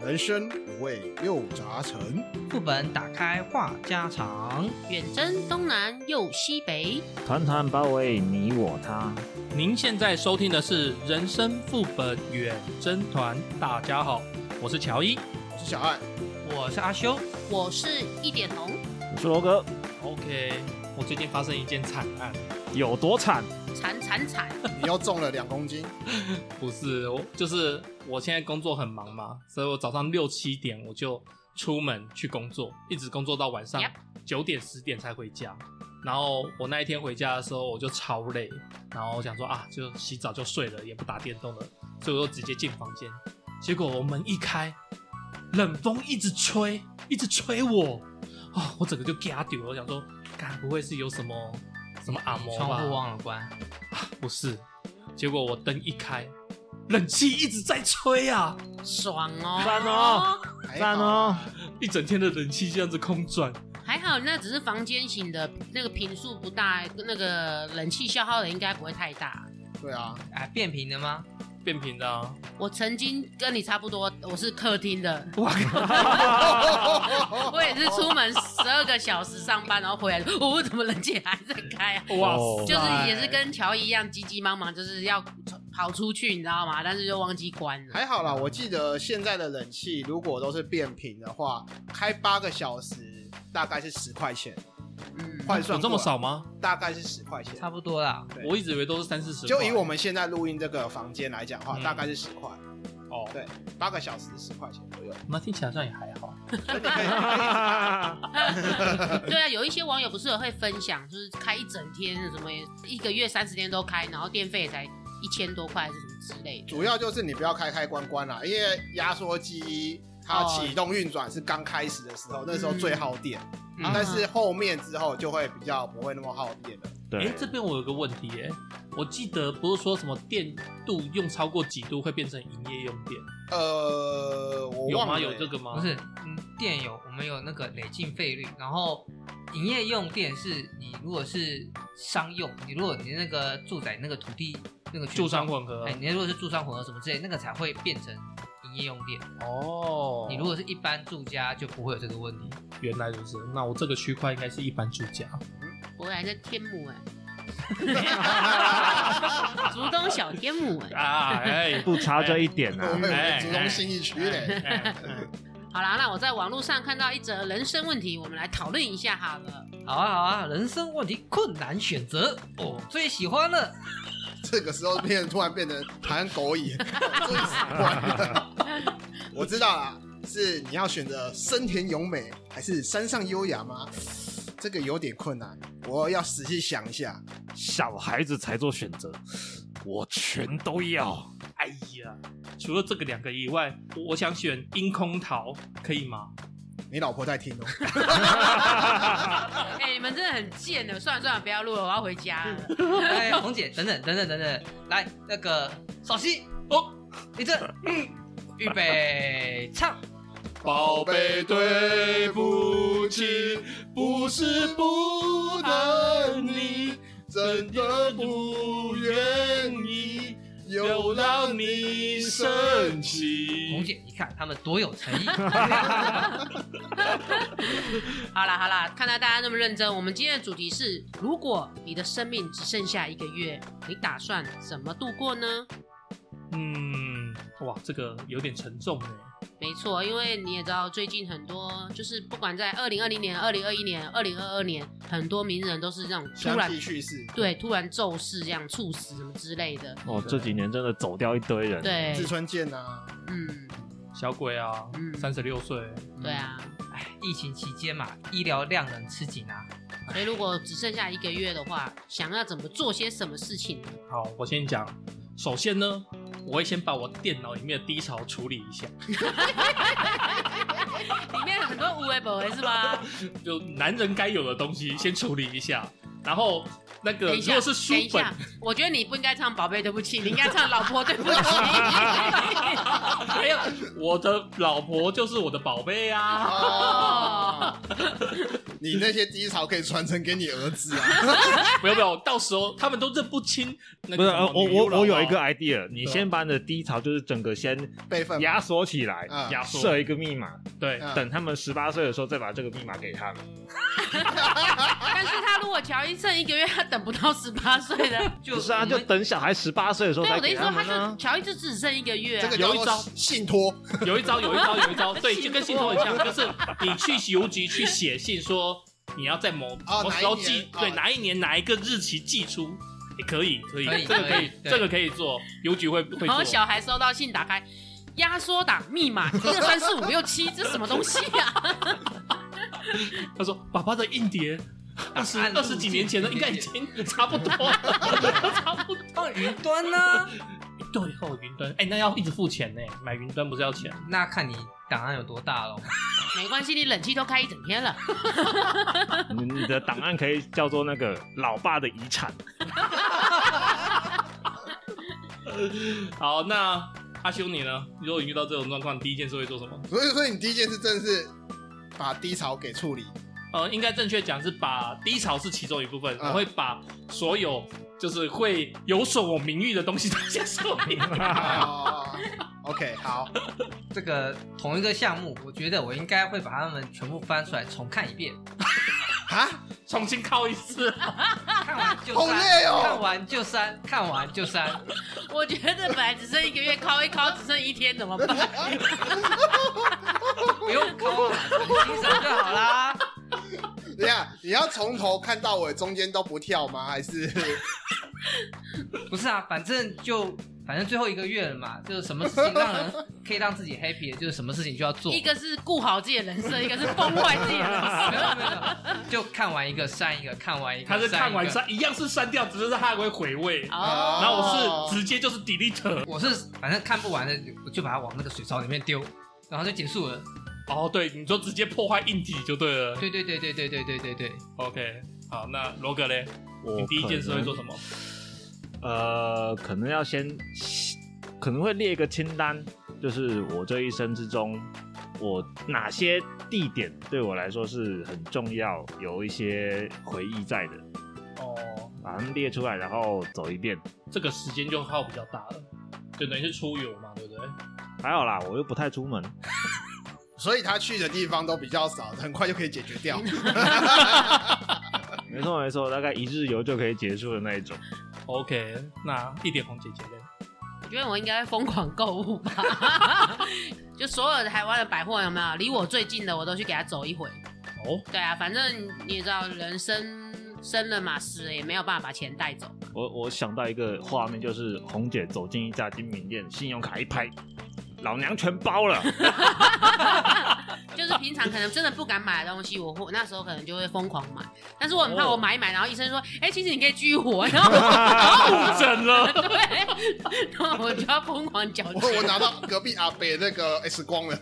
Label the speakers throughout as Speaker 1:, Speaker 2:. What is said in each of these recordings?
Speaker 1: 人生五味又杂陈。
Speaker 2: 副本打开话家常，
Speaker 3: 远征东南又西北，
Speaker 4: 团团包围你我他。
Speaker 5: 您现在收听的是《人生副本远征团》，大家好，我是乔伊。
Speaker 1: 我是小爱，
Speaker 2: 我是阿修。
Speaker 3: 我是一点红。
Speaker 4: 我是罗哥，
Speaker 5: OK，我最近发生一件惨案，
Speaker 4: 有多惨？
Speaker 3: 惨惨惨！
Speaker 1: 你又重了两公斤，
Speaker 5: 不是我，就是我现在工作很忙嘛，所以我早上六七点我就出门去工作，一直工作到晚上
Speaker 3: Yep
Speaker 5: 九点十点才回家。然后我那一天回家的时候，我就超累，然后我想说啊，就洗澡就睡了，也不打电动了，所以我就直接进房间。结果我门一开，冷风一直吹，一直吹我，啊、我整个就嘎丢了。我想说，该不会是有什么什么按摩啊吧？
Speaker 2: 窗户啊忘了关，
Speaker 5: 不是，结果我灯一开，冷气一直在吹啊，
Speaker 3: 爽哦，
Speaker 4: 赞哦，
Speaker 1: 还
Speaker 4: 赞
Speaker 1: 好啊
Speaker 4: 哦！
Speaker 5: 一整天的冷气这样子空转。
Speaker 3: 还好那只是房间型的，那个频数不大，那个冷气消耗的应该不会太大。
Speaker 1: 对啊，
Speaker 2: 哎，变频了吗？
Speaker 5: 变频的、啊，
Speaker 3: 我曾经跟你差不多，我是客厅的，
Speaker 5: 我靠！
Speaker 3: 我也是出门十二个小时上班，然后回来，哦我、为怎么冷气还在开啊？
Speaker 5: 哇
Speaker 4: 哦
Speaker 5: 塞，
Speaker 3: 就是也是跟乔伊一样急急忙忙，就是要跑出去，你知道吗？但是就忘记关了。
Speaker 1: 还好啦。我记得现在的冷气如果都是变频的话，开八个小时大概是十块钱，
Speaker 3: 嗯，
Speaker 1: 换算
Speaker 5: 有这么
Speaker 1: 过来
Speaker 5: 少吗？
Speaker 1: 大概是十块钱。
Speaker 2: 差不多啦。
Speaker 1: 对
Speaker 5: 我一直以为都是三四十块。
Speaker 1: 就以我们现在录音这个房间来讲的话，
Speaker 5: 啊嗯
Speaker 1: 大概是十块，
Speaker 5: 哦，
Speaker 1: 对，八个小时是十块钱左右。
Speaker 5: 那听起来好像也还好。
Speaker 1: 所以你可以可以一直开
Speaker 3: 对啊，有一些网友不是有会分享，就是开一整天什么，一个月三十天都开，然后电费也才一千多块，还是什么之类的。
Speaker 1: 主要就是你不要开开关关啦，因为压缩机它
Speaker 2: 哦
Speaker 1: 启动运转是刚开始的时候，那时候最耗电，
Speaker 2: 嗯
Speaker 1: 但是后面之后就会比较不会那么耗电了。
Speaker 5: 哎、
Speaker 4: 对，
Speaker 5: 这边我有个问题、哎，我记得不是说什么电度用超过几度会变成营业用电，
Speaker 1: 呃，我
Speaker 5: 有
Speaker 1: 忘
Speaker 5: 吗？
Speaker 1: 了
Speaker 5: 有这个吗？
Speaker 2: 不是，嗯，电有我们有那个累进费率，然后营业用电是你如果是商用，你如果你那个住宅那个土地那个权
Speaker 5: 住
Speaker 2: 状
Speaker 5: 商，混合啊
Speaker 2: 哎，。你如果是住商混合什么之类，那个才会变成营业用电。
Speaker 5: 哦，
Speaker 2: 你如果是一般住家就不会有这个问题。
Speaker 5: 原来如此，那我这个区块应该是一般住家。
Speaker 3: 我还在天母哎、 竹东小天母哎、
Speaker 5: 啊，哎，
Speaker 4: 不差这一点
Speaker 1: 欸对，
Speaker 4: 啊
Speaker 1: 我。们
Speaker 5: 哎
Speaker 1: 主动新一区嘞，
Speaker 5: 哎
Speaker 3: 好啦，那我在网络上看到一则人生问题，我们来讨论一下好了。
Speaker 2: 好啊好啊，人生问题困难选择，我最喜欢了。
Speaker 1: 这个时候变突然变成谈狗眼，最喜欢了。 我知道啦，是你要选择森田勇美还是山上优雅吗？这个有点困难，我要仔细想一下。
Speaker 4: 小孩子才做选择，我全都要。
Speaker 5: 哎呀，除了这个两个以外，我我想选樱空桃，可以吗？
Speaker 1: 你老婆在听哦。
Speaker 3: 哎、你们真的很贱的，算了算了，不要录了，我要回家了。
Speaker 2: 哎，红姐，等等等等等等，来那个稍息哦，立正，嗯，预备，唱。
Speaker 1: 宝贝对不起不是不能你，真的不愿意又让你生
Speaker 2: 红
Speaker 1: 气。
Speaker 2: 姐，你看他们多有诚意。
Speaker 3: 好啦好啦，看到大家那么认真，我们今天的主题是：如果你的生命只剩下一个月，你打算怎么度过呢？
Speaker 5: 嗯，哇，这个有点沉重哎。
Speaker 3: 没错，因为你也知道，最近很多就是不管在二零二零年、二零二一年、二零二二年，很多名人都是这种突
Speaker 1: 相
Speaker 3: 然
Speaker 1: 继去世，
Speaker 3: 对突然骤逝这样猝死什么之类的。
Speaker 5: 嗯
Speaker 4: 哦，这几年真的走掉一堆人。，
Speaker 3: 对，
Speaker 1: 志村健啊，
Speaker 3: 嗯，
Speaker 5: 小鬼啊
Speaker 3: 嗯，
Speaker 5: 三十六岁，
Speaker 3: 对啊。
Speaker 5: 嗯
Speaker 2: 哎，疫情期间嘛，医疗量能吃紧啊。
Speaker 3: 所以如果只剩下一个月的话，想要怎么做些什么事情？
Speaker 5: 好，我先讲。首先呢，我会先把我电脑里面的低潮处理一下，
Speaker 3: 里面很多无为不为是 吧？
Speaker 5: 就男人该有的东西先处理一下。然后那个
Speaker 3: 等一
Speaker 5: 如
Speaker 3: 下，
Speaker 5: 果是书
Speaker 3: 等一
Speaker 5: 本
Speaker 3: 下，我觉得你不应该唱《宝贝对不起》，你应该唱《老婆对不起》
Speaker 5: 没有，我的老婆就是我的宝贝啊。
Speaker 1: 哦， 你那些低潮可以传承给你儿子啊。
Speaker 5: 不要不要，到时候他们都认不清那
Speaker 4: 不
Speaker 5: 个
Speaker 4: 是，
Speaker 5: 什么
Speaker 4: 呃我
Speaker 5: 女优
Speaker 4: 我
Speaker 5: 了
Speaker 4: 我有一个
Speaker 5: 好
Speaker 4: idea，你
Speaker 5: 对啊
Speaker 4: 先把你的低潮就是整个先
Speaker 1: 备份嘛
Speaker 4: 压缩起来，
Speaker 1: 嗯
Speaker 5: 压缩
Speaker 4: 设一个密码，
Speaker 5: 不好对，
Speaker 1: 嗯
Speaker 4: 等他们十八岁的时候再把这个密码给他们。
Speaker 3: 但是他如果乔医生一个月，他等不到十八岁的，
Speaker 2: 就
Speaker 4: 不是啊，就等小孩十八岁的时候
Speaker 3: 对
Speaker 4: 再
Speaker 3: 我的
Speaker 4: 给
Speaker 3: 意思说，
Speaker 4: 他
Speaker 3: 他
Speaker 4: 们啊
Speaker 3: 就
Speaker 4: 呢。
Speaker 3: 乔伊就只剩一个月
Speaker 1: 这
Speaker 3: 啊，
Speaker 1: 个
Speaker 5: 有一
Speaker 1: 叫
Speaker 5: 招
Speaker 1: 做信托，
Speaker 5: 有一招，有一招，有一招，对，就跟信托很像，
Speaker 4: 信托
Speaker 5: 就是你去邮局去写信说你要在某
Speaker 1: 哦
Speaker 5: 某时候
Speaker 1: 哪一年
Speaker 5: 寄，对，
Speaker 1: 哦
Speaker 5: 哪一年哪一个日期寄出，也可以，可以
Speaker 2: 可以，
Speaker 5: 这个可以
Speaker 2: 可以，对
Speaker 5: 这个可以做，邮局会会
Speaker 3: 然后
Speaker 5: 做。
Speaker 3: 小孩收到信打开，压缩档密码 一二三四五六七，这什么东西啊呀、
Speaker 5: 他说：“爸爸的硬碟，二十
Speaker 2: 按
Speaker 5: 二十几年前的，应该已经差不多了， 差不多。
Speaker 2: 放云端啊呢、
Speaker 5: 对哦，云端，哎，那要一直付钱呢，买云端不是要钱？
Speaker 2: 那看你档案有多大喽。
Speaker 3: 没关系，你冷气都开一整天了，
Speaker 4: 你你的档案可以叫做那个老爸的遗产。
Speaker 5: 好，那阿修你呢？如果你遇到这种状况，第一件事会做什么？
Speaker 1: 所以所以你第一件事真的是把低潮给处理，
Speaker 5: 呃，应该正确讲是把低潮是其中一部分，
Speaker 1: 嗯
Speaker 5: 我会把所有就是会有损我名誉的东西都先收 敛。啊
Speaker 1: 哦 OK，好，
Speaker 2: 这个同一个项目，我觉得我应该会把它们全部翻出来重看一遍，
Speaker 1: 啊，
Speaker 5: 重新靠一 次，
Speaker 2: 看完就删，
Speaker 1: 好累哦
Speaker 2: 看完就删，看完就删。
Speaker 3: 我觉得本来只剩一个月，敲一敲只剩一天，怎么办？
Speaker 2: 不用抠了，欣赏就好啦。
Speaker 1: 等一下你要从头看到尾，中间都不跳吗？还是
Speaker 2: 不是啊，反正就反正最后一个月了嘛，就是什么事情让人可以让自己 happy 的，就是什么事情就要做。
Speaker 3: 一个是顾好自己的人设，一个是崩坏自己的人 设。
Speaker 2: 没有没有，没有就看完一个删一个，看完一个
Speaker 5: 他是看完
Speaker 2: 一个。
Speaker 5: 删，一样是删掉，只是他还会回味。
Speaker 1: 哦
Speaker 5: 然后我是直接就是 delete。
Speaker 2: 我是反正看不完的，我就把它往那个水槽里面丢，然后就结束了。
Speaker 5: 哦，对，你就直接破坏硬体就对了。
Speaker 2: 对对对对对对对对对，
Speaker 5: OK，好，那罗格嘞，
Speaker 4: 我
Speaker 5: 你第一件事
Speaker 4: 可能
Speaker 5: 会做什么？
Speaker 4: 呃，可能要先，可能会列一个清单，就是我这一生之中，我哪些地点对我来说是很重要，有一些回忆在的，
Speaker 5: 哦，
Speaker 4: 把它们列出来，然后走一遍。
Speaker 5: 这个时间就耗比较大了，就等于是出游嘛，对不对？
Speaker 4: 还好啦，我又不太出门，
Speaker 1: 所以他去的地方都比较少，很快就可以解决掉。
Speaker 4: 没错没错，大概一日游就可以结束的那一种。
Speaker 5: OK，那一点红姐姐嘞？
Speaker 3: 我觉得我应该会疯狂购物吧， 就所有的台湾的百货有没有离我最近的，我都去给他走一回。
Speaker 5: 哦，
Speaker 3: 对啊，反正你也知道，人生生了嘛，死了也没有办法把钱带走。
Speaker 4: 我我想到一个画面，就是红姐走进一家精品店，信用卡一拍，老娘全包了。
Speaker 3: 就是平常可能真的不敢买的东西，我会那时候可能就会疯狂买，但是我很怕我买一买，然后医生说，哎、其实你可以激活， 然 后
Speaker 5: 误诊啊了。
Speaker 3: 我对，然后我就要疯狂缴
Speaker 1: 我我
Speaker 3: 钱。
Speaker 1: 拿到隔壁阿北那个 X 光了，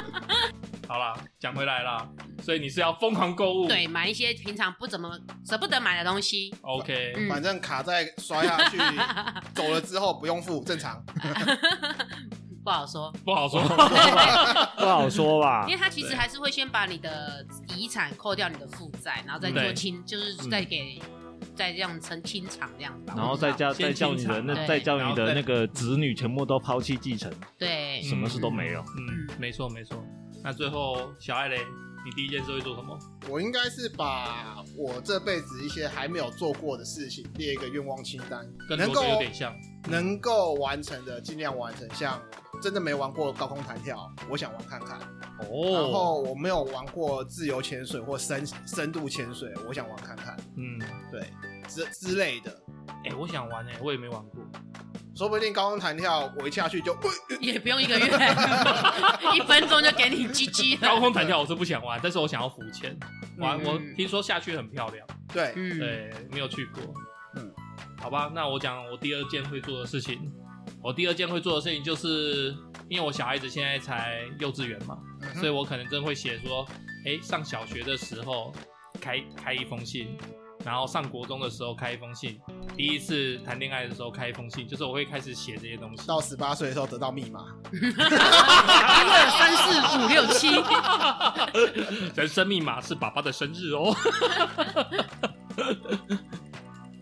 Speaker 5: 好啦，讲回来啦，所以你是要疯狂购物。
Speaker 3: 对，买一些平常不怎么舍不得买的东西。
Speaker 5: ，OK，、
Speaker 3: 嗯
Speaker 1: 反正卡在刷下 去，走了之后不用付，正常。
Speaker 3: 不好说，
Speaker 5: 不好说。
Speaker 4: 不好说吧
Speaker 3: 因为，他其实还是会先把你的遗产扣掉你的负债，然后再
Speaker 5: 嗯
Speaker 3: 做
Speaker 5: 对
Speaker 3: 清，就是再给、再这样成清偿这样子吧。
Speaker 4: 然后
Speaker 3: 我不知
Speaker 4: 再
Speaker 3: 道
Speaker 4: 叫
Speaker 5: 先
Speaker 4: 再叫
Speaker 5: 清
Speaker 4: 你的
Speaker 5: 偿
Speaker 4: 那
Speaker 3: 对
Speaker 4: 再叫
Speaker 5: 然
Speaker 4: 你
Speaker 5: 后
Speaker 4: 的
Speaker 5: 再
Speaker 4: 那个子女全部都抛弃继承，
Speaker 3: 嗯对，
Speaker 4: 什么事都没有。
Speaker 5: 嗯，没错没错。那最后小爱嘞，你第一件事会做什么？
Speaker 1: 我应该是把我这辈子一些还没有做过的事情列一个愿望清单，
Speaker 5: 跟
Speaker 1: 能
Speaker 5: 罗
Speaker 1: 够
Speaker 5: 哥有点像。
Speaker 1: 能够完成的尽量完成。像真的没玩过高空弹跳，我想玩看看。然
Speaker 5: 哦，
Speaker 1: 后我没有玩过自由潜水或深深度潜水，我想玩看看，
Speaker 5: 嗯，
Speaker 1: 对之之类的。
Speaker 5: 哎、我想玩哎、我也没玩过。
Speaker 1: 说不定高空弹跳，我一下去就，
Speaker 3: 也不用一个月， 一分钟就给你鸡鸡
Speaker 5: 高
Speaker 3: 了。
Speaker 5: 空弹跳我是不想玩，但是我想要浮潜。玩、
Speaker 1: 嗯
Speaker 5: 我听说下去很漂亮，
Speaker 1: 对，
Speaker 3: 嗯，
Speaker 5: 对，没有去过。
Speaker 1: 嗯，
Speaker 5: 好吧，那我讲我第二件会做的事情。我第二件会做的事情就是，因为我小孩子现在才幼稚园嘛，
Speaker 1: 嗯
Speaker 5: 所以我可能真会写说，哎、上小学的时候开开一封信，然后上国中的时候开一封信，第一次谈恋爱的时候开一封信，就是我会开始写这些东西。
Speaker 1: 到十八岁的时候得到密码，
Speaker 3: 因为有三四五六七，
Speaker 5: 人生密码是爸爸的生日哦。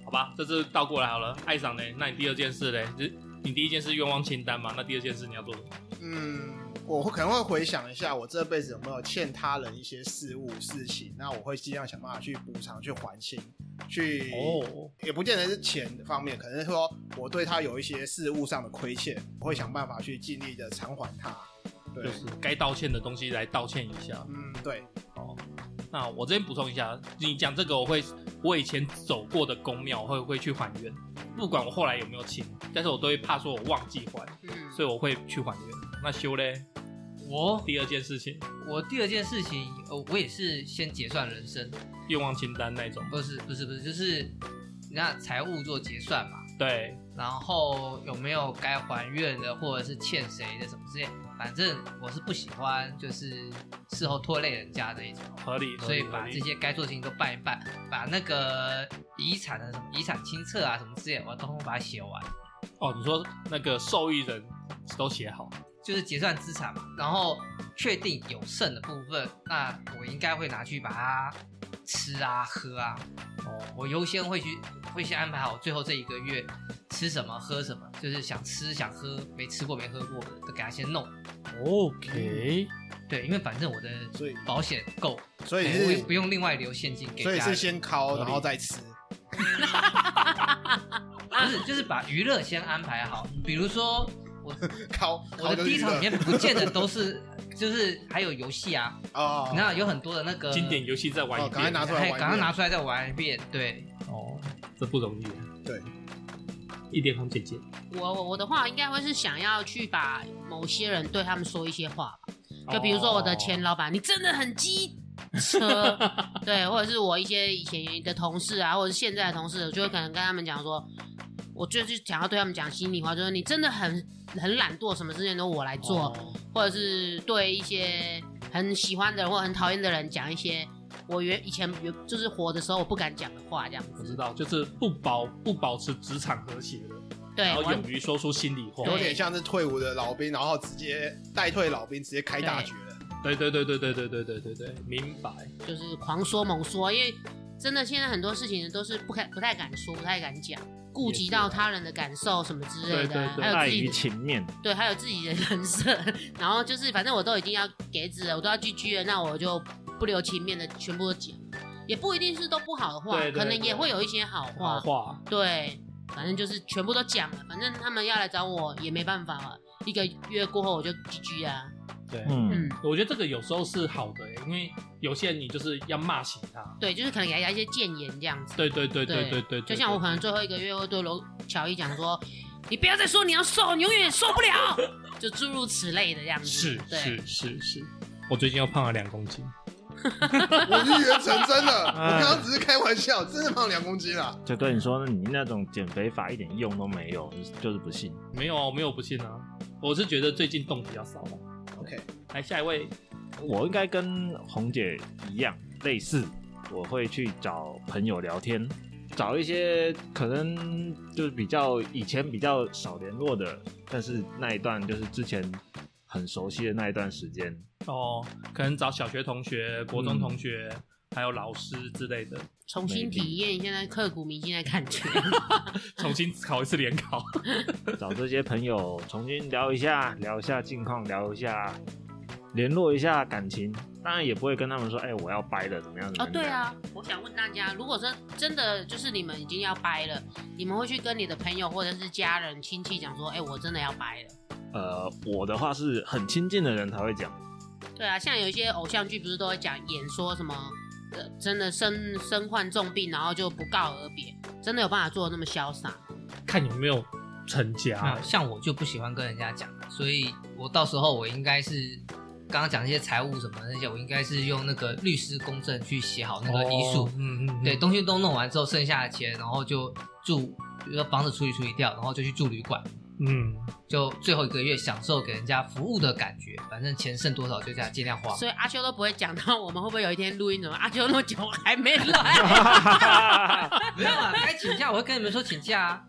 Speaker 5: 好吧，这次倒过来好了。爱上嘞，那你第二件事嘞？你你第一件事愿望清单嘛？那第二件事你要做什么？
Speaker 1: 嗯，我会可能会回想一下我这辈子有没有欠他人一些事物事情，那我会尽量想办法去补偿、去还清、去
Speaker 5: 哦，
Speaker 1: 也不见得是钱方面，可能是说我对他有一些事物上的亏欠，我会想办法去尽力的偿还他。对，
Speaker 5: 就是该道歉的东西来道歉一下。
Speaker 1: 嗯，对，
Speaker 5: 那我这边补充一下，你讲这个我会，我以前走过的宫庙会会去还原，不管我后来有没有请，但是我都会怕说我忘记还，
Speaker 3: 嗯，
Speaker 5: 所以我会去还原。那修嘞，
Speaker 2: 我
Speaker 5: 第二件事情，
Speaker 2: 我第二件事情，呃，我也是先结算人生，
Speaker 5: 愿望清单那种，
Speaker 2: 不是不是不是，就是那财务做结算嘛，
Speaker 5: 对，
Speaker 2: 然后有没有该还愿的，或者是欠谁的什么之类，反正我是不喜欢就是事后拖累人家的一种。
Speaker 5: 合理，合
Speaker 2: 所
Speaker 5: 理
Speaker 2: 以
Speaker 5: 合
Speaker 2: 把这
Speaker 5: 理。
Speaker 2: 些该做的事情都办一办，把那个遗产的什么遗产清册啊什么之类的，我通通把它写完，
Speaker 5: 哦，你说那个受益人都写好，
Speaker 2: 就是结算资产嘛。然后确定有剩的部分，那我应该会拿去把它吃啊喝啊，
Speaker 5: 哦，
Speaker 2: 我优先会去会先安排好最后这一个月吃什么喝什么，就是想吃想喝没吃过没喝过的都给它先弄。
Speaker 5: OK，
Speaker 2: 对，因为反正我的
Speaker 1: 所以
Speaker 2: 保险够，哎
Speaker 1: 所以
Speaker 2: 我也
Speaker 1: 是
Speaker 2: 不，用另外留现金给家
Speaker 1: 所以
Speaker 2: 人。
Speaker 1: 是先敲
Speaker 5: 合理
Speaker 1: 然后再吃。
Speaker 2: 不是就是把娱乐先安排好，比如说我
Speaker 1: 敲，
Speaker 2: 我的第一场里面不见得都是， 就是还有游戏啊，
Speaker 1: 啊，
Speaker 2: 你知道有很多的那个
Speaker 5: 经典游戏再玩一
Speaker 1: 哦赶快
Speaker 5: 遍。
Speaker 1: 拿出来
Speaker 2: 还
Speaker 1: 玩一
Speaker 2: 哎赶快
Speaker 1: 遍
Speaker 2: 拿出来再玩一遍。对，
Speaker 5: 哦，这不容易。
Speaker 1: 对，
Speaker 5: 一点红姐姐。
Speaker 3: 我我我的话应该会是想要去把某些人对他们说一些话吧，就比如说
Speaker 5: 哦
Speaker 3: 我的前老板，你真的很机 车，对，或者是我一些以前的同事啊，或者是现在的同事，我就会可能跟他们讲说，我就是想要对他们讲心里话，就是你真的很很懒惰，什么事情都我来做，
Speaker 5: 哦
Speaker 3: 或者是对一些很喜欢的人或很讨厌的人讲一些我原以前原就是活的时候我不敢讲的话，这样
Speaker 5: 我
Speaker 3: 子。
Speaker 5: 知道，就是不保不保持职场和谐的，
Speaker 3: 对
Speaker 5: 然，后
Speaker 3: 我
Speaker 5: 勇于说出心里话。
Speaker 1: 有点像是退伍的老兵，然后直接带退老兵，直接开大
Speaker 3: 对
Speaker 1: 绝了。
Speaker 5: 对对对对对对对对对对，明白。
Speaker 3: 就是狂说猛说，因为真的现在很多事情都是不敢不太敢说，不太敢讲，顾及到他人的感受什么之类的啊，
Speaker 5: 啊对对对
Speaker 3: 还
Speaker 4: 碍
Speaker 3: 有自己
Speaker 4: 于
Speaker 3: 的
Speaker 4: 情面，
Speaker 3: 对，还有自己的人设， 然后就是反正我都已经要给子了，我都要 GG 了，那我就不留情面的全部都讲，也不一定是都不好的话，
Speaker 5: 对对
Speaker 3: 可能
Speaker 5: 对
Speaker 3: 也会有一些好
Speaker 5: 好
Speaker 3: 话，
Speaker 5: 话，
Speaker 3: 对，反正就是全部都讲了，反正他们要来找我也没办法了，一个月过后我就 GG 啦、
Speaker 5: 对，
Speaker 4: 嗯，
Speaker 3: 嗯，
Speaker 5: 我觉得这个有时候是好的、因为有些人你就是要骂醒他。
Speaker 3: 对，就是可能给他一些谏言这样子。
Speaker 5: 对对对对
Speaker 3: 对
Speaker 5: 对对，
Speaker 3: 就像我可能最后一个月会对罗乔伊讲说，你不要再说你要瘦，你永远也瘦不了，就诸如此类的这样子。
Speaker 5: 是
Speaker 3: 对，
Speaker 5: 是是是，我最近又胖了两公斤。
Speaker 1: 我是原成真的， 我刚
Speaker 4: 哎
Speaker 1: 刚只是开玩笑，真的胖两公斤啦。
Speaker 4: 就跟你说，你那种减肥法一点用都没有，就是就是不信。
Speaker 5: 没有啊，我没有不信啊，我是觉得最近动比较少了。
Speaker 1: OK，
Speaker 5: 来下一位，
Speaker 4: 我应该跟红姐一样，类似，我会去找朋友聊天，找一些可能就是比较以前比较少联络的，但是那一段就是之前很熟悉的那一段时间，
Speaker 5: 哦，可能找小学同学、国中
Speaker 4: 嗯
Speaker 5: 同学，还有老师之类的，
Speaker 3: 重新体验现在刻骨铭心的感 觉。
Speaker 5: 重新考一次联考。
Speaker 4: 找这些朋友重新聊一下，聊一下近况，聊一下联络一下感情。当然也不会跟他们说，哎、我要掰了，怎么样？怎
Speaker 3: 哦
Speaker 4: 么，样
Speaker 3: 对，啊，我想问大家，如果说真的就是你们已经要掰了，你们会去跟你的朋友或者是家人、亲戚讲说，哎、我真的要掰了。
Speaker 4: 呃，我的话是很亲近的人才 会讲，
Speaker 3: 对啊，像有一些偶像剧不是都会讲演说什么，呃，真的身身患重病，然后就不告而别，真的有办法做的那么潇洒？
Speaker 5: 看有没有成家
Speaker 1: 啊
Speaker 5: 哦
Speaker 2: 那。像我就不喜欢跟人家讲，所以我到时候我应该是刚刚讲那些财务什么那些，我应该是用那个律师公证去写好那个遗
Speaker 5: 哦
Speaker 2: 嘱，，
Speaker 5: 嗯嗯，嗯
Speaker 2: 对，，东西都弄完之后，剩下的钱然后就住，比如说房子处理处理掉，然后就去住旅馆，
Speaker 5: 嗯，
Speaker 2: 就最后一个月享受给人家服务的感觉，反正钱剩多少就这样尽量花。
Speaker 3: 所以阿修都不会讲到我们会不会有一天录音，怎么阿修那么久还没来？
Speaker 2: 没有啊，该请假我会跟你们说请假啊。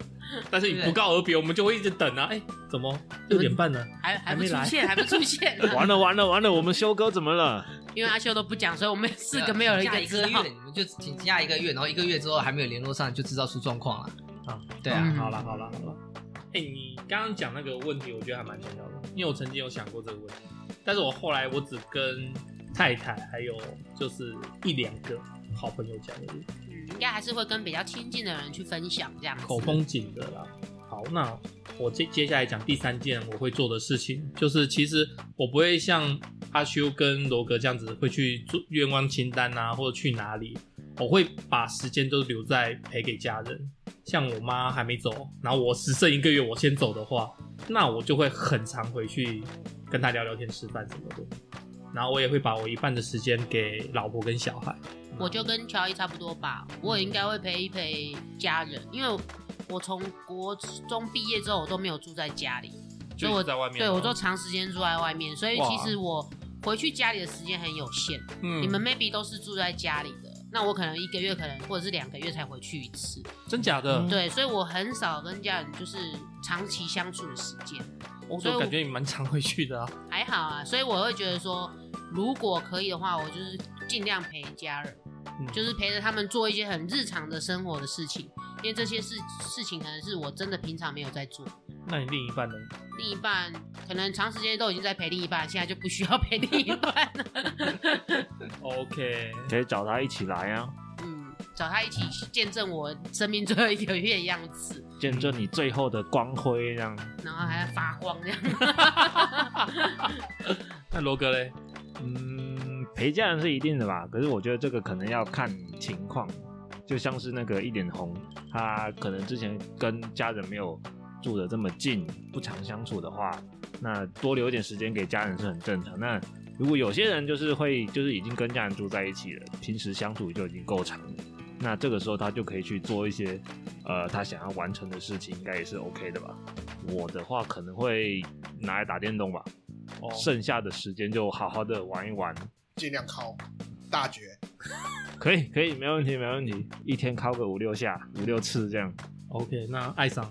Speaker 5: 但是你不告而别，我们就会一直等啊。哎、怎么六点半了？
Speaker 3: 还还不
Speaker 5: 还没
Speaker 3: 出
Speaker 5: 来
Speaker 3: 现，还不出现，
Speaker 4: 完了完了完了，我们修哥怎么了？
Speaker 3: 因为阿修都不讲，所以我们 四个没有人
Speaker 2: 请假
Speaker 3: 敢
Speaker 2: 一
Speaker 3: 知
Speaker 2: 个
Speaker 3: 道
Speaker 2: 月，。你们就请假一个月，然后一个月之后还没有联络上，就知道出状况了。
Speaker 5: 啊，
Speaker 2: 对啊，
Speaker 3: 嗯
Speaker 5: 好了好了好了。哎、你刚刚讲那个问题，我觉得还蛮重要的，因为我曾经有想过这个问题，但是我后来我只跟太太还有就是一两个好朋友讲而已。
Speaker 3: 嗯应该还是会跟比较亲近的人去分享这样子。
Speaker 5: 口风紧的啦。好，那我接接下来讲第三件我会做的事情，就是其实我不会像阿修跟罗格这样子会去做愿望清单啊，或者去哪里，我会把时间都留在陪给家人。像我妈还没走，然后我只剩一个月，我先走的话，那我就会很常回去跟她聊聊天、吃饭什么的。然后我也会把我一半的时间给老婆跟小孩。
Speaker 3: 我就跟乔伊差不多吧，我也应该会陪一陪家人，因为我从国中毕业之后，我都没有住在家里，所
Speaker 5: 就
Speaker 3: 以我
Speaker 5: 是嗯在外面
Speaker 3: 对
Speaker 5: 吗
Speaker 3: 我都长时间住在外面，所以
Speaker 5: 哇
Speaker 3: 其实我回去家里的时间很有限。
Speaker 5: 嗯
Speaker 3: 你们 maybe 都是住在家里的，那我可能一个月可能或者是两个月才回去一次，
Speaker 5: 真假的？
Speaker 3: 对，所以我很少跟家人就是长期相处的时间，
Speaker 5: 我
Speaker 3: 所以
Speaker 5: 就
Speaker 3: 我
Speaker 5: 感觉你蛮常回去的啊。
Speaker 3: 还好啊，所以我会觉得说，如果可以的话，我就是尽量陪家人，
Speaker 5: 嗯
Speaker 3: 就是陪着他们做一些很日常的生活的事情，因为这些事事情可能是我真的平常没有在做。
Speaker 5: 那你另一半呢？
Speaker 3: 另一半可能长时间都已经在陪另一半，现在就不需要陪另一半了。
Speaker 5: OK，
Speaker 4: 可以找他一起来啊，
Speaker 3: 嗯，找他一起见证我生命最后一个月的样子，
Speaker 4: 见证你最后的光辉，这样。
Speaker 3: 然后还要发光这样。
Speaker 5: 那罗哥嘞？
Speaker 4: 嗯，陪家人是一定的吧，可是我觉得这个可能要看情况，就像是那个一脸红，他可能之前跟家人没有住的这么近，不常相处的话，那多留一点时间给家人是很正常。那如果有些人就是会就是已经跟家人住在一起了，平时相处就已经够长了，那这个时候他就可以去做一些呃他想要完成的事情，应该也是 OK 的吧。我的话可能会拿来打电动吧。
Speaker 5: 哦
Speaker 4: 剩下的时间就好好的玩一玩。
Speaker 1: 尽量靠大绝。
Speaker 4: 可以，可以，没问题，没问题。一天敲个五六下，五六次这样。
Speaker 5: OK，那爱上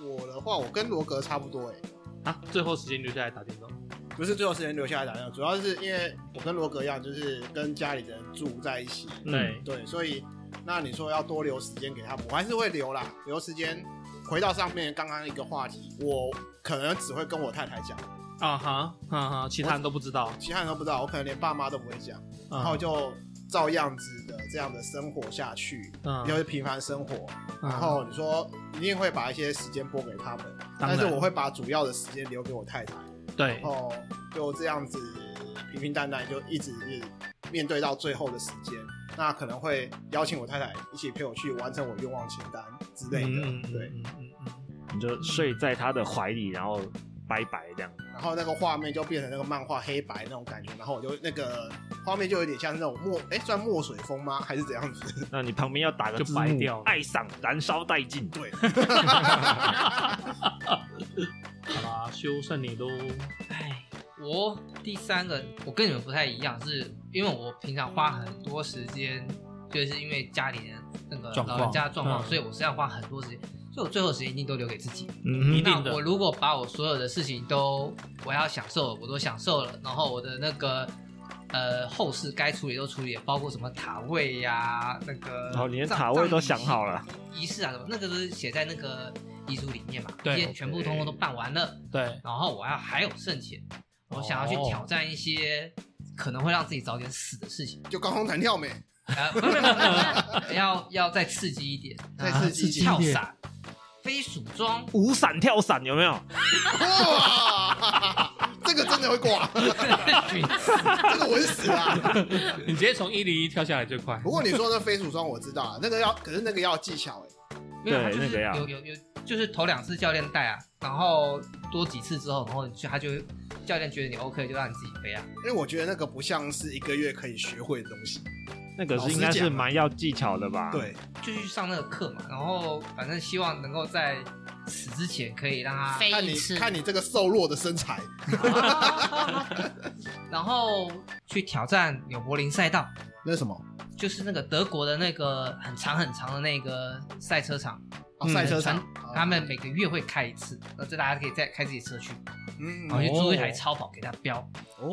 Speaker 1: 我的话，我跟罗格差不多哎、
Speaker 5: 啊，最后时间留下来打电动。
Speaker 1: 不是最后时间留下来打电话，主要是因为我跟罗格一样，就是跟家里的人住在一起，
Speaker 5: 对，
Speaker 1: 对，所以那你说要多留时间给他们，我还是会留啦，留时间。回到上面刚刚一个话题，我可能只会跟我太太讲，
Speaker 5: 啊哈，哈哈，其他人都不知道。
Speaker 1: 其他人都不知道，我可能连爸妈都不会讲，
Speaker 5: 然
Speaker 1: 然后就照样子的这样的生活下去，
Speaker 5: 嗯
Speaker 1: 就是平凡生活。
Speaker 5: 啊
Speaker 1: 然后你说一定会把一些时间拨给他们，
Speaker 5: 当
Speaker 1: 但
Speaker 5: 然嗯
Speaker 1: 是我会把主要的时间留给我太太，
Speaker 5: 对
Speaker 1: 然，后就这样子平平淡淡就一直一直面对到最后的时间。那可能会邀请我太太一起陪我去完成我愿望清单之类的，对。
Speaker 5: 嗯嗯嗯
Speaker 4: 你就睡在他的怀里，然后拜拜这样。
Speaker 1: 然后那个画面就变成那个漫画黑白那种感觉，然后我就那个画面就有点像是那种墨，哎，算墨水风吗？还是怎样子？
Speaker 4: 那你旁边要打个
Speaker 5: 就
Speaker 4: 字幕
Speaker 5: 白掉了
Speaker 4: 爱上燃烧殆尽。
Speaker 1: 对，
Speaker 5: 嗯，好啦，修算你喽。
Speaker 2: 哎，我第三个，我跟你们不太一样，是因为我平常花很多时间，就是因为家里人那个
Speaker 5: 状
Speaker 2: 老
Speaker 5: 况
Speaker 2: 人家的状况，
Speaker 5: 嗯
Speaker 2: 所以我是要花很多时间，所以我最后的时间一定都留给自己。
Speaker 5: 一
Speaker 4: 嗯
Speaker 5: 定的
Speaker 2: 那我如果把我所有的事情都我要享受，我都享受了，然后我的那个呃后事该处理都处理了，包括什么塔位呀、那个
Speaker 4: 然后哦连
Speaker 2: 葬
Speaker 4: 塔位都想好 了，
Speaker 2: 仪式啊什么，那个都是写在那个遗嘱里面嘛，
Speaker 5: 对
Speaker 2: 这些全部通通都办完了，
Speaker 5: 对，
Speaker 2: 然后我要还有剩钱，我想要去
Speaker 5: 哦
Speaker 2: 挑战一些可能会让自己早点死的事情，
Speaker 1: 就高空弹跳没？
Speaker 2: 啊，不不不不不要要再刺激一点，啊
Speaker 1: 再刺激一点
Speaker 2: 跳伞、飞鼠装。
Speaker 4: 五闪跳伞有没有？
Speaker 1: 哇，这个真的会挂，这个稳死啊！
Speaker 5: 你直接从一零一跳下来最快。
Speaker 1: 不过你说的飞鼠装我知道啊，那个要，可是那个要技巧哎、
Speaker 2: 没有，他就
Speaker 4: 对那
Speaker 2: 是
Speaker 4: 个要
Speaker 2: 有有有，就是头两次教练带啊，然后多几次之后，然后你就他就会教练觉得你 OK，就让你自己飞啊。
Speaker 1: 因为我觉得那个不像是一个月可以学会的东西。
Speaker 4: 那个
Speaker 1: 老
Speaker 4: 是
Speaker 1: 实
Speaker 4: 应该是
Speaker 1: 讲啊
Speaker 4: 蛮要技巧的吧？，
Speaker 1: 对，
Speaker 2: 就去上那个课嘛，然后反正希望能够在死之前可以让他
Speaker 3: 飞
Speaker 1: 看
Speaker 3: 一
Speaker 1: 你
Speaker 3: 次，
Speaker 1: 看你这个瘦弱的身材，
Speaker 2: 然后去挑战纽柏林赛道，
Speaker 1: 那是什么？
Speaker 2: 就是那个德国的那个很长很长的那个赛车场，
Speaker 1: 哦
Speaker 5: 嗯
Speaker 1: 赛车场，哦
Speaker 2: 他们每个月会开一次，那这大家可以再开自己车去，
Speaker 1: 嗯
Speaker 2: 然后去租一台
Speaker 5: 哦
Speaker 2: 超跑给他飙，对，
Speaker 5: 哦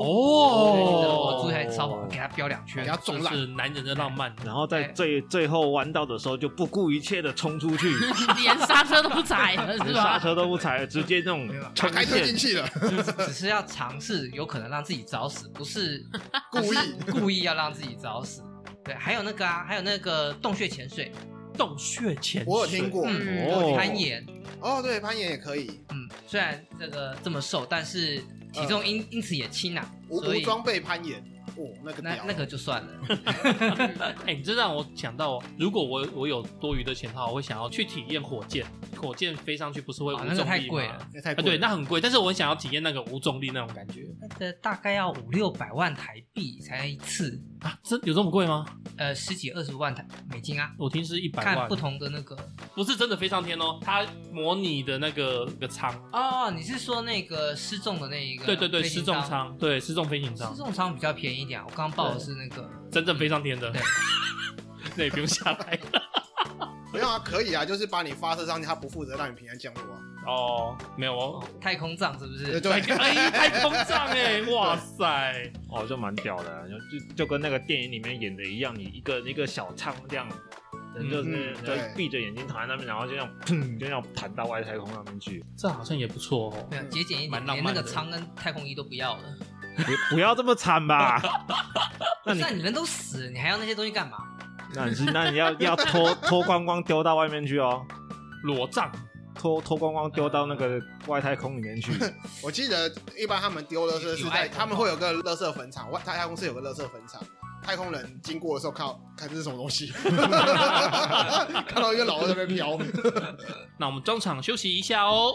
Speaker 2: 我租一台超跑给他飙两圈
Speaker 1: 你要，
Speaker 5: 就
Speaker 1: 重浪，
Speaker 5: 是男人的浪漫，
Speaker 4: 然后在
Speaker 2: 对
Speaker 4: 最最后弯道的时候就不顾一切的冲 出去，
Speaker 3: 连刹车都不踩了，是
Speaker 4: 连
Speaker 3: 吧
Speaker 4: 刹？车都不踩，直接那种
Speaker 2: 没有啊
Speaker 1: 打
Speaker 4: 冲
Speaker 1: 开推进
Speaker 4: 线。
Speaker 1: 去了，
Speaker 2: 只是要尝试，有可能让自己早死，不是
Speaker 1: 故意
Speaker 2: 故意要让自己早死。对，还有那个啊，还有那个洞穴潜水，
Speaker 5: 洞穴潜水，
Speaker 1: 我有听过。
Speaker 2: 嗯，
Speaker 4: 哦
Speaker 2: 攀岩，
Speaker 1: 哦，对，攀岩也可以，
Speaker 2: 嗯，虽然这个这么瘦，但是体重因、因此也轻啊，
Speaker 1: 无
Speaker 2: 所
Speaker 1: 无
Speaker 2: 以
Speaker 1: 装备攀岩，哦，那个
Speaker 2: 那
Speaker 1: 屌，
Speaker 2: 那个就算了。
Speaker 5: 哎、你这让我想到，哦如果我我有多余的钱的话，我会想要去体验火箭。火箭飞上去不是会无
Speaker 2: 哦
Speaker 5: 重力吗？
Speaker 2: 那个太贵了
Speaker 1: 那太
Speaker 5: 啊，
Speaker 1: 贵
Speaker 5: 对，那很贵，但是我很想要体验那个无重力那种感觉
Speaker 2: 那个大概要五六百万台币才一次，
Speaker 5: 啊，真有这么贵吗？
Speaker 2: 呃，十几二十万台美金啊，
Speaker 5: 我听是一百
Speaker 2: 看
Speaker 5: 万，
Speaker 2: 不同的那个。
Speaker 5: 不是真的飞上天哦，它模拟的那个那个舱，
Speaker 2: 哦，你是说那个失重的那一个？
Speaker 5: 对对对，失重。舱，对失重飞行
Speaker 2: 失
Speaker 5: 舱，
Speaker 2: 重舱比较便宜一点啊，我刚报的是那个。
Speaker 5: 真正飞上天的
Speaker 2: 对，
Speaker 5: 那也不用下来 了
Speaker 1: 没有啊，可以啊，就是把你发射上去，他不负责让你平安降落啊。
Speaker 5: 哦，没有哦。
Speaker 2: 太空葬是不
Speaker 1: 对
Speaker 2: 是？
Speaker 1: 对，
Speaker 5: 哎，太空站哎，哇 塞！
Speaker 4: 哦，就蛮屌的，就就就跟那个电影里面演的一样，你一个一个小仓这样，人就是
Speaker 1: 嗯嗯
Speaker 4: 就
Speaker 1: 对
Speaker 4: 闭着眼睛躺在那边，然后就这样砰，就这样弹到外太空上 面去。
Speaker 5: 这好像也不错哦。
Speaker 2: 没有节俭一点，
Speaker 5: 蛮浪
Speaker 2: 连
Speaker 5: 漫
Speaker 2: 那
Speaker 5: 的
Speaker 2: 个舱跟太空衣都不要了。
Speaker 4: 不不要这么惨吧？ 那你
Speaker 2: 那啊你人都死了，你还要那些东西干 嘛？
Speaker 4: 那你是那你要要脱脱光光丢到外面去哦，
Speaker 5: 裸葬，
Speaker 4: 脱脱光光丢到那个外太空里面 去。
Speaker 1: 我记得一般他们丢垃圾是
Speaker 2: 有
Speaker 1: 在
Speaker 2: 爱心
Speaker 1: 他们会有个垃圾坟场，外太太空是有个垃圾坟场。太空人经过的时候，看到看这是什么东西， 看到一个老二在那边飘。
Speaker 5: 那我们中场休息一下哦。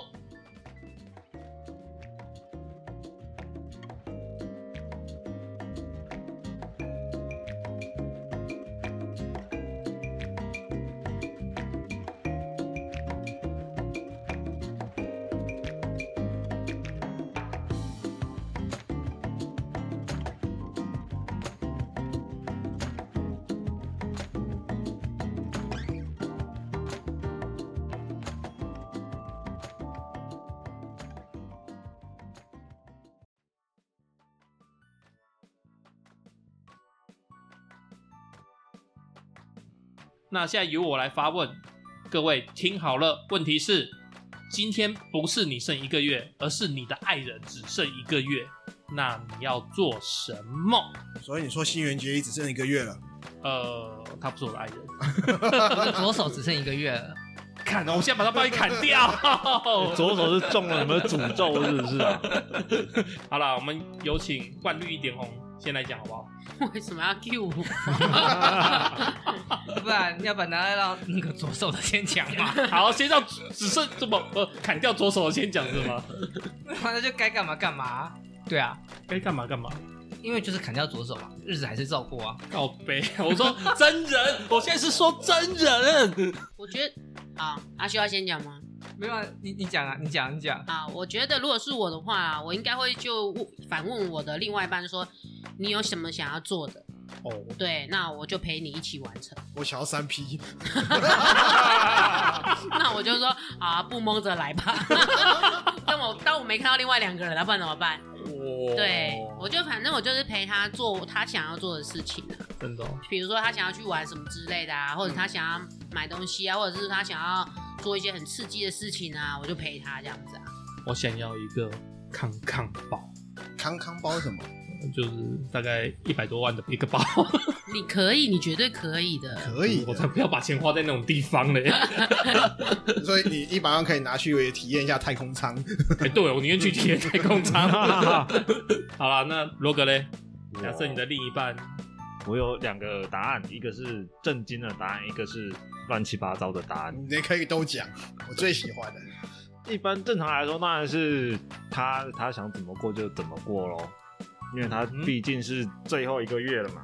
Speaker 5: 那现在由我来发问，各位听好了，问题是：今天不是你剩一个月，而是你的爱人只剩一个月，那你要做什么？
Speaker 1: 所以你说新垣结衣只剩一个月了，
Speaker 5: 呃，他不是我的爱人，
Speaker 2: 我的左手只剩一个月了，
Speaker 5: 砍！我现在把他帮你砍掉。
Speaker 4: 左手是中了你们的诅咒，是不是 啊？
Speaker 5: 好了，我们有请冠绿一点红先来讲好不好？
Speaker 3: 为什么要 Q 我？
Speaker 2: 不然要不然拿来让那个左手的先讲 嘛，
Speaker 5: 好，先让只剩这么呃砍掉左手的先讲是吗？
Speaker 2: 那就该干嘛干嘛。对啊，
Speaker 5: 该哎干嘛干嘛。
Speaker 2: 因为就是砍掉左手嘛，日子还是照过啊。
Speaker 5: 告白，我说真人，我现在是说真人。
Speaker 3: 我觉得啊，阿修要先讲吗？
Speaker 2: 没有啊，你你讲啊，你讲你讲。
Speaker 3: 啊，我觉得如果是我的话，啊我应该会就问反问我的另外一半说，你有什么想要做的？
Speaker 5: 哦，
Speaker 3: 对，那我就陪你一起完成。
Speaker 1: 我想要三 P，
Speaker 3: 那我就说啊，不蒙着来吧。 但我当我没看到另外两个人，那不然怎么办？对，
Speaker 4: 哦
Speaker 3: 我就反正我就是陪他做他想要做的事情啊，
Speaker 5: 真的哦
Speaker 3: 比如说他想要去玩什么之类的啊，或者他想要买东西啊，或者是他想要做一些很刺激的事情啊，我就陪他这样子啊。
Speaker 5: 我想要一个康康包，
Speaker 1: 康康包是什么？
Speaker 5: 就是大概一百多万的一个包。
Speaker 3: 你可以，你绝对可以的。
Speaker 1: 可以
Speaker 5: 我才不要把钱花在那种地方嘞。
Speaker 1: 的，所以你一百万可以拿去体验一下太空舱。
Speaker 5: 哎，对，我宁愿去体验太 空舱。好啦，那罗格嘞，假设你
Speaker 1: 哦
Speaker 5: 的另一半，
Speaker 4: 我有两个答案，一个是震惊的答案，一个是乱七八糟的答案。
Speaker 1: 你可以都讲，我最喜欢的。
Speaker 4: 一般正常来说，当然是他他想怎么过就怎么过咯，因为他
Speaker 1: 嗯
Speaker 4: 毕竟是最后一个月了嘛。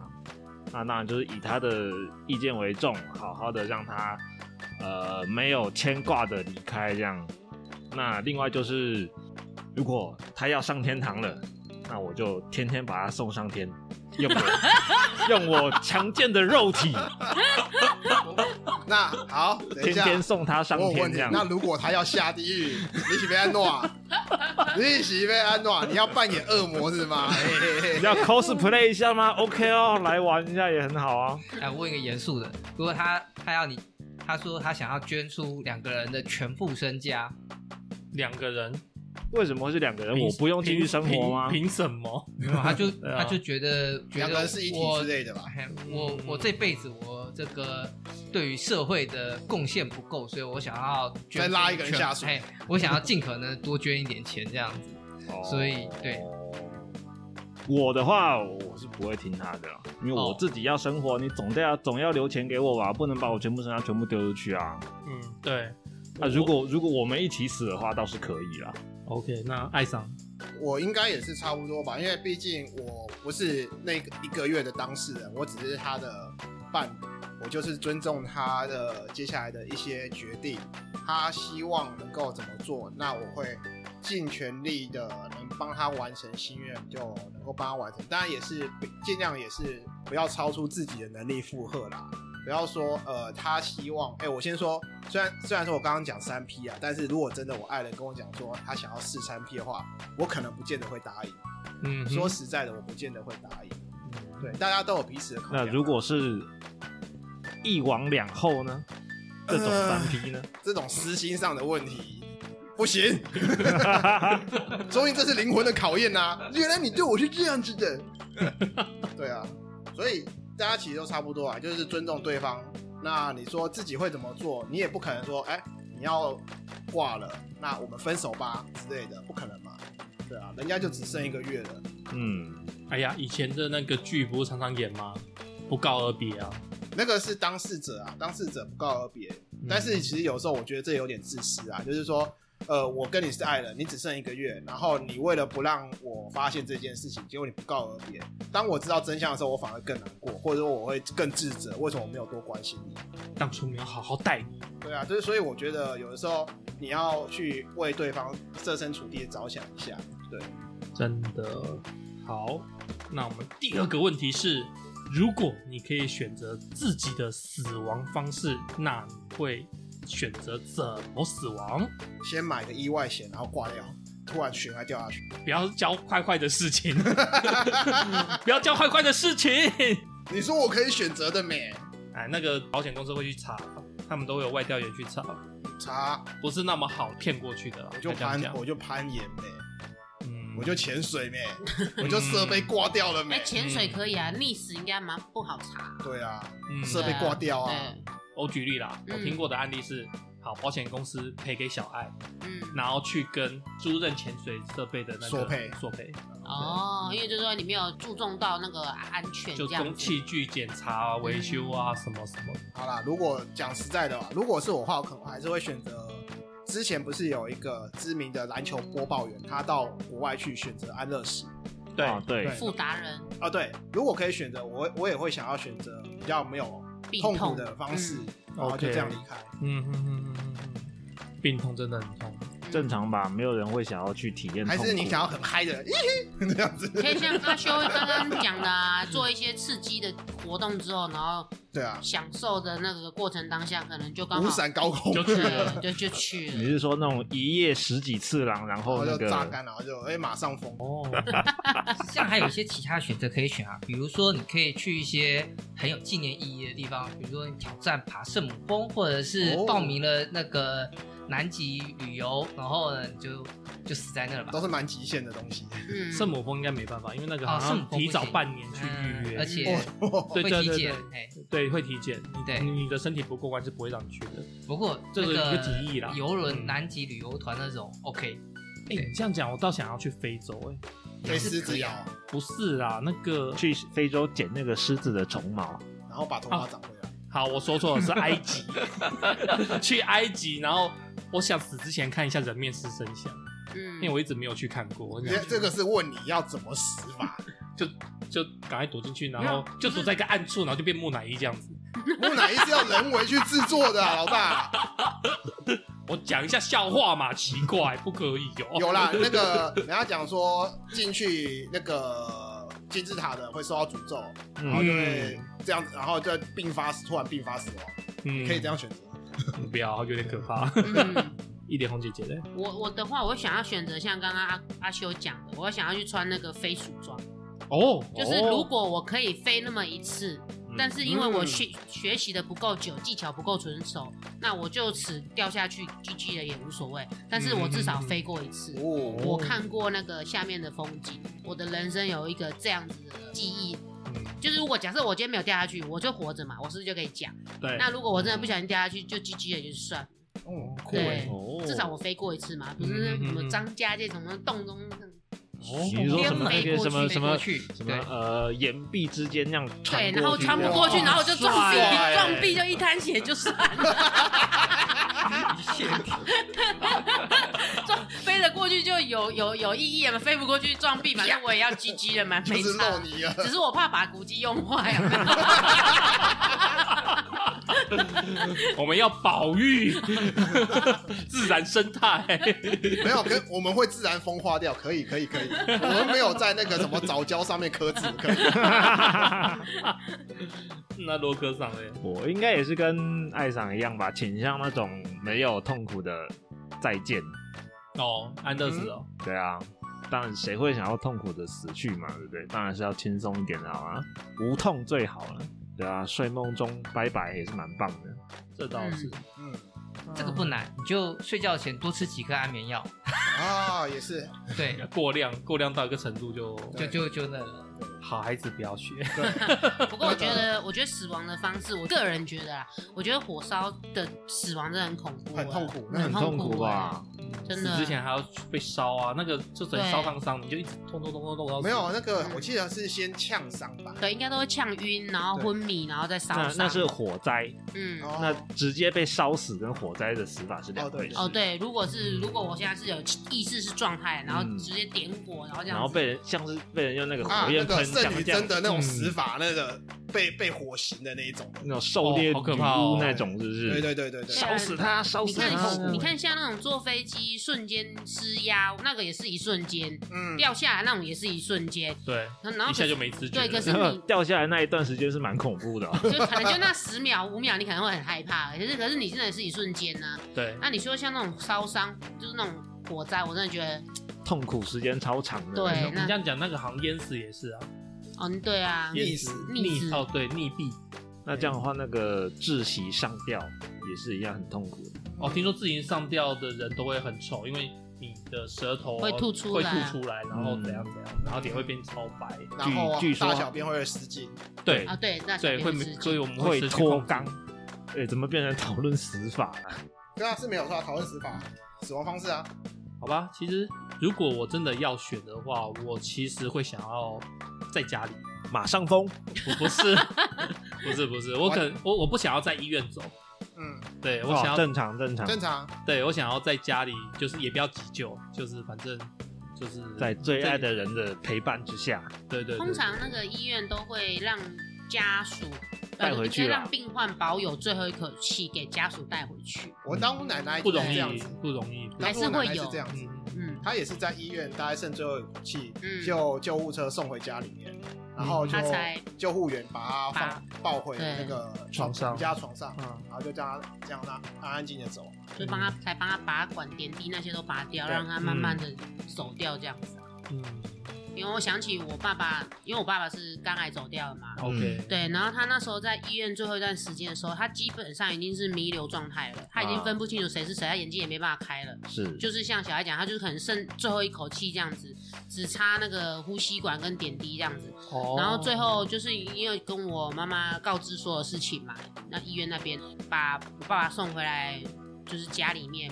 Speaker 4: 那当然就是以他的意见为重，好好的让他呃没有牵挂的离开，这样那另外就是，如果他要上天堂了，那我就天天把他送上天，用 我用我强健的肉体
Speaker 1: 那好，等一
Speaker 4: 天
Speaker 1: 下，
Speaker 4: 天送他上
Speaker 1: 我有
Speaker 4: 天
Speaker 1: 问
Speaker 4: 这
Speaker 1: 题
Speaker 4: 样。。
Speaker 1: 那如果他要下地狱，你喜被安 诺，啊你喜被安诺，啊你要扮演恶魔是 吗？嘿嘿嘿
Speaker 4: 你要 cosplay 一下吗？OK 哦，来玩一下也很好啊。
Speaker 2: 来哎问一个严肃的，如果他他要你，他说他想要捐出两个人的全部身家，
Speaker 5: 两个人，
Speaker 4: 为什么会是两个人？
Speaker 5: 凭
Speaker 4: 我不用继续生活吗
Speaker 5: 凭？凭凭什么？
Speaker 2: 没有他就、
Speaker 5: 啊
Speaker 2: 他就觉得觉
Speaker 1: 两个
Speaker 2: 得
Speaker 1: 人是一体
Speaker 2: 我
Speaker 1: 之类的吧？
Speaker 2: 哎我我这辈子我这个对于社会的贡献不够，所以我想要捐
Speaker 1: 再拉一个人下水
Speaker 2: 全哎我想要尽可能多捐一点钱这样子。
Speaker 4: 哦
Speaker 2: 所以对。
Speaker 4: 我的话，我是不会听他的啦，因为我
Speaker 2: 哦
Speaker 4: 自己要生活，你总得要总要留钱给我吧，不能把我全部身家全部丢出去啊。
Speaker 5: 嗯，对
Speaker 4: 啊，如果如果我们一起死的话，倒是可以啦。
Speaker 5: ，OK，那爱上
Speaker 1: 我应该也是差不多吧，因为毕竟我不是那个一个月的当事人，我只是他的伴侣，我就是尊重他的接下来的一些决定，他希望能够怎么做，那我会尽全力的能帮他完成心愿，就能够帮他完成，当然也是尽量也是不要超出自己的能力负荷啦。不要说，呃，他希望，哎、我先说，虽然虽然说我刚刚讲三 P 啊，但是如果真的我爱人跟我讲说他想要试三 P 的话，我可能不见得会答应。
Speaker 5: 嗯哼
Speaker 1: 说实在的，我不见得会答应。对，大家都有彼此的考
Speaker 4: 嗯那
Speaker 1: 量。啊
Speaker 4: 如果是一王两后呢？这种
Speaker 1: 呃
Speaker 4: 三 P 呢？
Speaker 1: 这种私心上的问题，不行， 所以这是灵魂的考验呐、原来你对我是这样子的，对啊，所以大家其实都差不多啊，就是尊重对方。那你说自己会怎么做？你也不可能说，哎、你要挂了，那我们分手吧之类的，不可能嘛。对啊，人家就只剩一个月了。
Speaker 4: 嗯，
Speaker 5: 哎呀，以前的那个剧不是常常演吗？不告而别啊，
Speaker 1: 那个是当事者啊，当事者不告而别。
Speaker 5: 嗯
Speaker 1: 但是其实有时候我觉得这有点自私啊，就是说，呃，我跟你是爱人，你只剩一个月，然后你为了不让我发现这件事情，结果你不告而别。当我知道真相的时候，我反而更难过，或者说我会更自责，为什么我没有多关心你？
Speaker 5: 当初没有好好待你，
Speaker 1: 对啊，就是所以我觉得有的时候你要去为对方设身处地地着想一下。对，
Speaker 5: 真的好。那我们第二个问题是，如果你可以选择自己的死亡方式，那你会选择怎么死亡？
Speaker 1: 先买个意外险，然后挂掉，突然悬崖掉下去。
Speaker 5: 不要教坏坏的事情，不要教坏坏的事情。
Speaker 1: 你说我可以选择的美，
Speaker 5: 哎，那个保险公司会去查，他们都会有外调员去查，
Speaker 1: 查
Speaker 5: 不是那么好骗过去的啦。
Speaker 1: 我就
Speaker 5: 该这样
Speaker 1: 攀
Speaker 5: 讲
Speaker 1: 我就攀岩美，
Speaker 5: 嗯
Speaker 1: 我就潜水美，我就设备挂掉了
Speaker 3: 哎、
Speaker 1: 美。
Speaker 3: 潜水可以啊，溺死应该蛮不好查。
Speaker 1: 对啊，
Speaker 5: 嗯
Speaker 1: 设备挂掉啊，
Speaker 3: 对，
Speaker 5: 我举例啦，我
Speaker 3: 嗯
Speaker 5: 听过的案例是，好，保险公司赔给小爱，
Speaker 3: 嗯，
Speaker 5: 然后去跟租赁潜水设备的那个
Speaker 1: 索赔
Speaker 5: 索赔，
Speaker 3: 哦，因为就是说你没有注重到那个安全
Speaker 5: 就
Speaker 3: 这样
Speaker 5: 工
Speaker 3: 子。
Speaker 5: 器具检查啊、维修啊什么什么。
Speaker 1: 好啦，如果讲实在的啊，如果是我的话，我可能还是会选择。之前不是有一个知名的篮球播报员，他到国外去选择安乐死
Speaker 5: 对，
Speaker 4: 啊对
Speaker 1: 对
Speaker 3: 富达人
Speaker 1: 啊？对，如果可以选择，我会我也会想要选择比较没有
Speaker 3: 病
Speaker 1: 痛苦
Speaker 3: 痛
Speaker 1: 的方式，然后
Speaker 5: OK
Speaker 1: 就这样离开。
Speaker 5: 嗯嗯嗯嗯嗯，病痛真的很痛。
Speaker 3: 嗯
Speaker 4: 正。常吧，没有人会想要去体验痛
Speaker 1: 还
Speaker 4: 苦。
Speaker 1: 是你想要很嗨的，嘿 嘿这样子？
Speaker 3: 可以像阿修刚刚讲的、啊，做一些刺激的活动之后，然后
Speaker 1: 对啊，
Speaker 3: 享受的那个过程当下，可能就刚
Speaker 1: 五
Speaker 3: 好
Speaker 1: 闪高 空，
Speaker 5: 就去了
Speaker 3: 对对就去
Speaker 4: 你
Speaker 3: 了。
Speaker 4: 是说那种一夜十几次郎，然
Speaker 1: 然
Speaker 4: 后
Speaker 1: 后
Speaker 4: 那
Speaker 1: 哦就榨
Speaker 4: 个
Speaker 1: 干，然后就哎马上疯。
Speaker 5: 哦，
Speaker 2: 像还有一些其他选择可以选啊，比如说你可以去一些很有纪念意义的地方，比如说你挑战爬圣母峰，或者是
Speaker 1: 哦
Speaker 2: 报名了那个南极旅游，然后呢你就就死在那了吧
Speaker 1: 都。是蛮极限的东西。
Speaker 3: 嗯，
Speaker 5: 圣母峰应该没办法，因为那个好
Speaker 2: 啊圣
Speaker 5: 像
Speaker 2: 母峰不
Speaker 5: 提早
Speaker 2: 行
Speaker 5: 半年去
Speaker 2: 嗯
Speaker 5: 预约，
Speaker 2: 而且
Speaker 1: 哦，
Speaker 5: 对
Speaker 2: 会
Speaker 5: 对
Speaker 2: 体
Speaker 5: 对
Speaker 2: 检
Speaker 5: 对，
Speaker 2: 哎，
Speaker 5: 对会体检，你
Speaker 2: 对
Speaker 5: 你的身体不过关是不会让你去的。
Speaker 2: 不过
Speaker 5: 这
Speaker 2: 那
Speaker 5: 个
Speaker 2: 个
Speaker 5: 一个提议啦
Speaker 2: 游
Speaker 5: 嗯
Speaker 2: 轮南极旅游团那种 OK，
Speaker 5: 哎，你这样讲，我倒想要去非洲哎，
Speaker 1: 被狮子咬，
Speaker 5: 不是啦，那个
Speaker 4: 去非洲捡那个狮子的虫毛，
Speaker 1: 然后把头发长回来。
Speaker 5: 好，我说错了，是埃及。 去埃及，然后我想死之前看一下人面狮身像，因为
Speaker 3: 嗯，
Speaker 5: 我一直没有去看过。我
Speaker 1: 你
Speaker 5: 想
Speaker 1: 这这个是问你要怎么死法？
Speaker 5: 就赶快躲进去，然
Speaker 2: 没
Speaker 5: 后
Speaker 2: 有
Speaker 5: 就躲在一个暗处，然后就变木乃伊这样子。
Speaker 1: 木乃伊是要人为去制作的啊、老大。
Speaker 5: 我讲一下笑话嘛，奇怪，不可以哦。
Speaker 1: 有啦，那个人家讲说进去那个金字塔的会受到诅咒，
Speaker 5: 嗯
Speaker 1: 然后就会这样子，然后就并发突然并发死亡，
Speaker 5: 嗯
Speaker 1: 可以这样选择。
Speaker 5: 嗯不要，有点可怕。
Speaker 3: 嗯，
Speaker 5: 一点红姐姐嘞，
Speaker 3: 我我的话，我想要选择像刚刚阿阿修讲的，我想要去穿那个飞鼠装，
Speaker 5: 哦，
Speaker 3: 就是
Speaker 5: 哦嗯
Speaker 3: 如果我可以飞那么一次，但是因为我学学习的不够久，技巧不够纯熟，那我就此掉下去 GG 了也无所谓。但是
Speaker 5: 嗯
Speaker 3: 我至少飞过一次，
Speaker 1: 哦，
Speaker 3: 我看过那个下面的风景，我的人生有一个这样子的记忆。
Speaker 5: 嗯
Speaker 3: 就是如果假设我今天没有掉下去，我就活着嘛，我是不是就可以讲？
Speaker 5: 对，
Speaker 3: 那如果我真的不小心掉下去，就 GG 了就算了，
Speaker 1: 哦，酷
Speaker 3: 对
Speaker 1: 欸，
Speaker 4: 哦
Speaker 3: 至少我飞过一次
Speaker 1: 嗯
Speaker 3: 嘛，不是什么张家界什么洞中，
Speaker 4: 你
Speaker 5: 哦
Speaker 4: 说什么那
Speaker 3: 飞
Speaker 4: 个
Speaker 3: 过
Speaker 4: 什
Speaker 5: 呃
Speaker 3: 去
Speaker 4: 么什
Speaker 2: 飞过
Speaker 4: 么
Speaker 2: 去，
Speaker 4: 什么
Speaker 2: 对，
Speaker 5: 啊
Speaker 4: 呃岩壁之间那样穿
Speaker 3: 对，然后穿不
Speaker 1: 哇
Speaker 3: 过去， 然后我就撞壁
Speaker 1: 帅，欸
Speaker 3: 撞壁就一滩血就算 了，
Speaker 2: 一线条
Speaker 3: 撞飞得过去就有有有意义了嘛，飞不过去撞壁，反正我也要 GG 了嘛，
Speaker 1: 就
Speaker 3: 没
Speaker 1: 是
Speaker 3: 差
Speaker 1: 肉。泥了。
Speaker 3: 只是我怕把古迹用坏啊了。
Speaker 5: 我们要保育 自然生态，
Speaker 1: 没有，跟我们会自然风化掉，可以，可以，可以。我们没有在那个什么藻礁上面刻字，可以。
Speaker 5: 那罗科长嘞，
Speaker 4: 我应该也是跟爱赏一样吧，倾向那种没有痛苦的再见。
Speaker 5: 哦，安德斯哦，
Speaker 4: 对啊，当然谁会想要痛苦的死去嘛，对不对？当然是要轻松一点的好吗？无痛最好了。对啊，睡梦中拜拜也是蛮棒的。
Speaker 5: 这倒是，
Speaker 1: 嗯，
Speaker 2: 这个不难，你就睡觉前多吃几颗安 眠药，
Speaker 1: 啊，也是，
Speaker 2: 对，
Speaker 5: 过量过量到一个程度就
Speaker 2: 就就就那了。
Speaker 5: 好孩子不要学，
Speaker 3: 不过我觉得，我觉得死亡的方式，我个人觉得啦，我觉得火烧的死亡真的很恐怖，
Speaker 1: 很痛，苦。那
Speaker 3: 很痛欸
Speaker 4: 苦吧？
Speaker 3: 真的
Speaker 5: 死之前还要被烧啊，那个就等于
Speaker 3: 对
Speaker 5: 烧烫伤，你就一直痛痛痛痛痛到死
Speaker 1: 没有那个
Speaker 3: 嗯，
Speaker 1: 我记得是先呛伤吧。
Speaker 3: 对，应该都会呛晕，然后昏迷，然后再烧
Speaker 4: 那
Speaker 3: 伤。
Speaker 4: 那是火灾，
Speaker 3: 嗯，
Speaker 1: 哦
Speaker 4: 那直接被烧死跟火灾的死法是两
Speaker 1: 哦对
Speaker 4: 回事。
Speaker 3: 哦对，如果是如果我现在是有意识是状态，然后
Speaker 4: 嗯
Speaker 3: 直接点火，然后这样子，
Speaker 4: 然后被人像是被人用那个
Speaker 1: 啊，
Speaker 4: 火
Speaker 1: 那
Speaker 4: 焰喷
Speaker 1: 个
Speaker 4: 枪
Speaker 1: 圣女
Speaker 4: 这样
Speaker 1: 真的那种
Speaker 5: 嗯
Speaker 1: 死法，那个被被火刑的那一种的。
Speaker 4: 那种狩
Speaker 5: 哦
Speaker 4: 猎女
Speaker 5: 好可怕哦
Speaker 4: 巫那种，是不是？
Speaker 1: 对对对对对，
Speaker 4: 烧死他，烧
Speaker 3: 你
Speaker 4: 死
Speaker 3: 看
Speaker 1: 很
Speaker 4: 他
Speaker 1: 痛！苦
Speaker 3: 你看像那种坐飞机瞬间施压，那个也是一瞬间
Speaker 1: 嗯，
Speaker 3: 掉下来，那种也是一瞬间，
Speaker 5: 对，
Speaker 3: 然后
Speaker 5: 一下就没知觉了，
Speaker 3: 对，可是
Speaker 4: 然后
Speaker 3: 你
Speaker 4: 掉下来那一段时间是蛮恐怖的哦、
Speaker 3: 就可能就那十秒五秒，你可能会很害怕，欸可是可是你真的是一瞬间呢、
Speaker 5: 对，
Speaker 3: 那你说像那种烧伤，就是那种火灾，我真的觉得，
Speaker 4: 痛苦时间超长的那
Speaker 3: 对
Speaker 4: 种。
Speaker 5: 你这样讲，那个行淹死也是啊，
Speaker 3: 哦，对啊，
Speaker 1: 溺死
Speaker 3: 溺死
Speaker 5: 哦，对，溺毙。
Speaker 4: 那这样的话，那个窒息上吊也是一样很痛苦的。
Speaker 5: 哦，听说自行上吊的人都会很丑，因为你的舌头
Speaker 3: 会吐出
Speaker 5: 会
Speaker 3: 来
Speaker 5: 吐出来，然后
Speaker 4: 嗯
Speaker 5: 怎样怎样，然后脸会变超白。
Speaker 1: 然后
Speaker 4: 据据说
Speaker 1: 大小便会失禁，
Speaker 5: 对
Speaker 3: 啊，对，那小
Speaker 5: 对，
Speaker 3: 便
Speaker 5: 会
Speaker 3: 是
Speaker 5: 没，
Speaker 3: 自己
Speaker 5: 所以我们
Speaker 4: 会
Speaker 5: 失去
Speaker 4: 脱
Speaker 5: 控制
Speaker 4: 肛。哎、怎么变成讨论死法了、
Speaker 1: 对啊，是没有错啊，讨论死法、死亡方式啊。
Speaker 5: 好吧，其实如果我真的要选的话，我其实会想要在家里，
Speaker 4: 马上疯，
Speaker 5: 我不是， 不是不是，我可能我我不想要在医院走，
Speaker 1: 嗯，
Speaker 5: 对我
Speaker 4: 哦
Speaker 5: 想要，
Speaker 4: 正常
Speaker 5: 啊
Speaker 4: 正常，
Speaker 1: 正常。啊
Speaker 5: 对我想要在家里，就是也不要急救，就是反正就是
Speaker 4: 在最爱的人的陪伴之下，
Speaker 5: 对对，对
Speaker 3: 通常那个医院都会让家属呃
Speaker 4: 带回
Speaker 3: 就
Speaker 4: 去啦
Speaker 3: 是让病患保有最后一口气，给家属带回去。
Speaker 1: 我当奶奶
Speaker 5: 不容
Speaker 1: 也是
Speaker 5: 易
Speaker 1: 这样子，，
Speaker 5: 不容易，
Speaker 1: 当初我奶奶是这样子，
Speaker 5: 嗯，
Speaker 3: 嗯，
Speaker 1: 她也是在医院，大概剩最后一口气，
Speaker 3: 嗯
Speaker 1: 就救护车送回家里面，然
Speaker 5: 嗯
Speaker 1: 后就
Speaker 3: 她才
Speaker 1: 救护员把她放抱回那个
Speaker 5: 床上
Speaker 1: 我们家床上，
Speaker 5: 嗯
Speaker 1: 然后就叫她这样让她安安静静地走。
Speaker 3: 就帮他才帮他拔管、点滴那些都拔掉，
Speaker 1: 对
Speaker 3: 让他慢慢的走掉这样子。
Speaker 5: 嗯
Speaker 3: 因为我想起我爸爸，因为我爸爸是肝癌走掉了嘛。
Speaker 4: 嗯
Speaker 5: ，OK，
Speaker 3: 对，然后他那时候在医院最后一段时间的时候，他基本上已经是弥留状态了，他已经分不清楚谁是谁，他眼睛也没办法开了。
Speaker 4: 是
Speaker 3: 就是像小孩讲，他就是可能剩最后一口气这样子，只插那个呼吸管跟点滴这样子。
Speaker 5: 哦
Speaker 3: 然后最后就是因为跟我妈妈告知所有事情嘛，那医院那边把我爸爸送回来，就是家里面。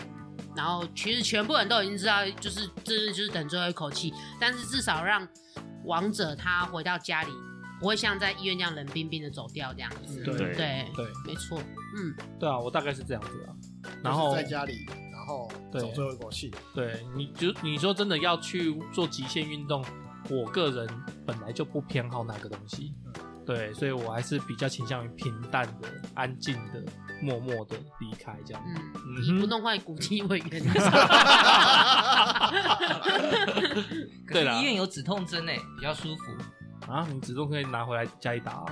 Speaker 3: 然后其实全部人都已经知道，就是这是就是等最后一口气，但是至少让王者他回到家里，不会像在医院这样冷冰冰的走掉这样子。
Speaker 5: 对
Speaker 4: 对
Speaker 3: 对，
Speaker 5: 对
Speaker 3: 没错，嗯，
Speaker 5: 对啊，我大概是这样子啊。然后
Speaker 1: 就是在家里，然后
Speaker 5: 对
Speaker 1: 走最后一口气。
Speaker 5: 对，你就你说真的要去做极限运动，我个人本来就不
Speaker 1: 嗯
Speaker 5: 偏好哪个东西，对，所以我还是比较倾向于平淡的、安静的，默默的离开这样。
Speaker 3: 嗯，
Speaker 5: 嗯
Speaker 3: 你
Speaker 5: 哼
Speaker 3: 不弄坏古迹委 员，
Speaker 2: 可
Speaker 5: 对
Speaker 2: 是
Speaker 5: 啦
Speaker 2: 医院有止痛针诶，欸比较舒服。
Speaker 1: 嗯
Speaker 5: 啊，你止痛可以拿回来家里打、啊，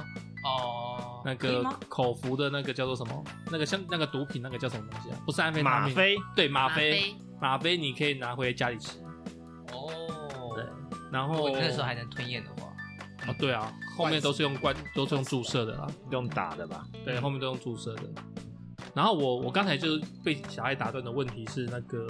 Speaker 2: 哦，
Speaker 5: 那
Speaker 2: 可以
Speaker 5: 个
Speaker 2: 吗
Speaker 5: 口服的那个叫做什么？那个像那个毒品那个叫什么东西啊？不是安非他
Speaker 4: 吗
Speaker 5: 命，
Speaker 4: 啡
Speaker 5: 对吗
Speaker 3: 咖
Speaker 5: 啡，
Speaker 3: 啡，
Speaker 5: 吗啡你可以拿回家里吃。
Speaker 2: 哦，
Speaker 5: 对然
Speaker 2: 如果
Speaker 5: 后
Speaker 2: 你那时候还能吞咽的话，
Speaker 5: 哦，对啊，后面都是用灌，都是用注射的啦。
Speaker 4: 用打的吧？
Speaker 5: 对，后面都用注射的。然后我我刚才就是被小爱打断的问题是那个，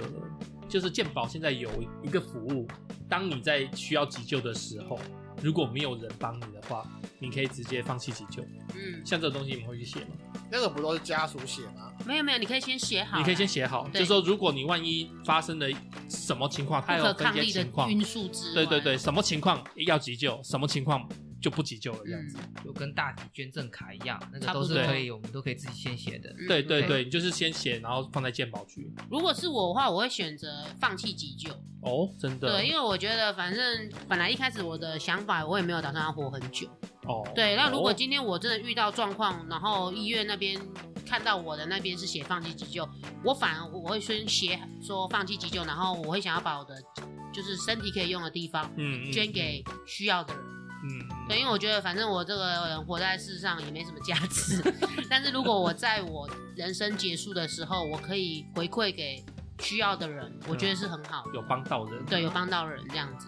Speaker 5: 就是健保现在有一个服务，当你在需要急救的时候，如果没有人帮你的话，你可以直接放弃急救。
Speaker 3: 嗯，
Speaker 5: 像这种东西你们会去写吗？
Speaker 1: 那个不都是家属写吗？
Speaker 3: 没有没有，你可以先写好啦，
Speaker 5: 你可以先写好，就
Speaker 3: 对
Speaker 5: 是说如果你万一发生了什么情况，它
Speaker 3: 不
Speaker 5: 有
Speaker 3: 可
Speaker 5: 分
Speaker 3: 抗
Speaker 5: 些
Speaker 3: 力的
Speaker 5: 情况，
Speaker 3: 晕数之，
Speaker 5: 对对对，，什么情况要急救，什么情况就不急救了这样子。
Speaker 3: 嗯
Speaker 2: 就跟大体捐赠卡一样，那个
Speaker 3: 差不
Speaker 2: 都是
Speaker 3: 多
Speaker 2: 可以，我们都可以自己先写的。
Speaker 3: 嗯
Speaker 5: 对对
Speaker 3: 嗯
Speaker 5: 对，你就是先写，然后放在鉴宝局。
Speaker 3: 如果是我的话，我会选择放弃急救。
Speaker 5: 哦，真的，
Speaker 3: 对，因为我觉得反正本来一开始我的想法，我也没有打算要活很久。
Speaker 5: 哦，
Speaker 3: 对，那如果
Speaker 5: 哦
Speaker 3: 今天我真的遇到状况，然后医院那边看到我的那边是写放弃急救，我反而我会先写说放弃急救，然后我会想要把我的就是身体可以用的地方
Speaker 5: 嗯嗯
Speaker 3: 捐给需要的人。
Speaker 5: 嗯，嗯
Speaker 3: 对，因为我觉得反正我这个人活在世上也没什么价值， 但是如果我在我人生结束的时候，我可以回馈给需要的人，我觉得是很好的。
Speaker 5: 有帮到人，
Speaker 3: 对，有帮到人这样子，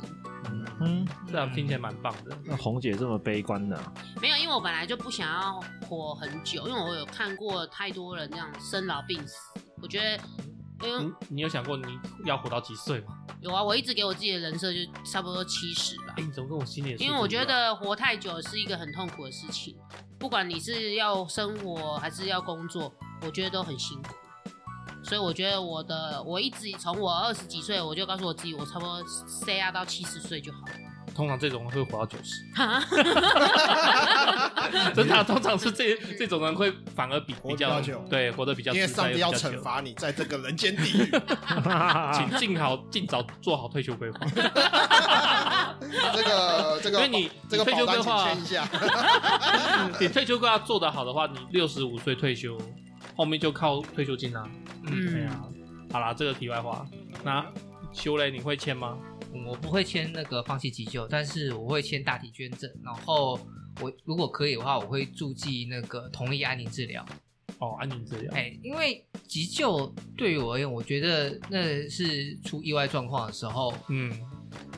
Speaker 4: 嗯，
Speaker 5: 这样听起来蛮棒的。
Speaker 4: 那红姐这么悲观的啊，
Speaker 3: 没有，因为我本来就不想要活很久，因为我有看过太多人这样生老病死。我觉得，因为
Speaker 5: 你你有想过你要活到几岁吗？
Speaker 3: 有啊，我一直给我自己的人设就差不多七十吧
Speaker 5: 哎，，你怎么跟我心里的数字一
Speaker 3: 因
Speaker 5: 样？
Speaker 3: 为我觉得活太久是一个很痛苦的事情，不管你是要生活还是要工作，我觉得都很辛苦。所以我觉得我的，我一直从我二十几岁我就告诉我自己，我差不多 say 啊到七十岁就好了。
Speaker 5: 通常这种会活到九 十，
Speaker 3: 哈
Speaker 5: 真的啊，通常是这这种人会反而比
Speaker 1: 活
Speaker 5: 比
Speaker 1: 比较
Speaker 5: 较
Speaker 1: 久
Speaker 5: 对活得比较
Speaker 1: 因为
Speaker 5: 自在
Speaker 1: 上帝
Speaker 5: 又
Speaker 1: 要
Speaker 5: 比较
Speaker 1: 惩
Speaker 5: 久。
Speaker 1: 罚你在这个人间地 狱，
Speaker 2: 啊
Speaker 5: 请尽好尽早做好退休规划，
Speaker 1: 这个这
Speaker 5: 因
Speaker 1: 个
Speaker 5: 为你
Speaker 1: 这个
Speaker 5: 你退休
Speaker 1: 保单
Speaker 5: 规
Speaker 1: 请
Speaker 5: 划啊
Speaker 1: 签一下。
Speaker 5: 你退休规划做得好的话，你六十五岁退休，后面就靠退休金啦、
Speaker 2: 嗯，
Speaker 5: 对啊，好啦，这个题外话，那修雷你会签吗？
Speaker 2: 我不会签那个放弃急救，但是我会签大体捐赠，然后。我如果可以的话，我会注记那个同意安宁治疗。
Speaker 5: 哦，安宁治疗。
Speaker 2: 哎，因为急救对于我而言，我觉得那是出意外状况的时候，
Speaker 5: 嗯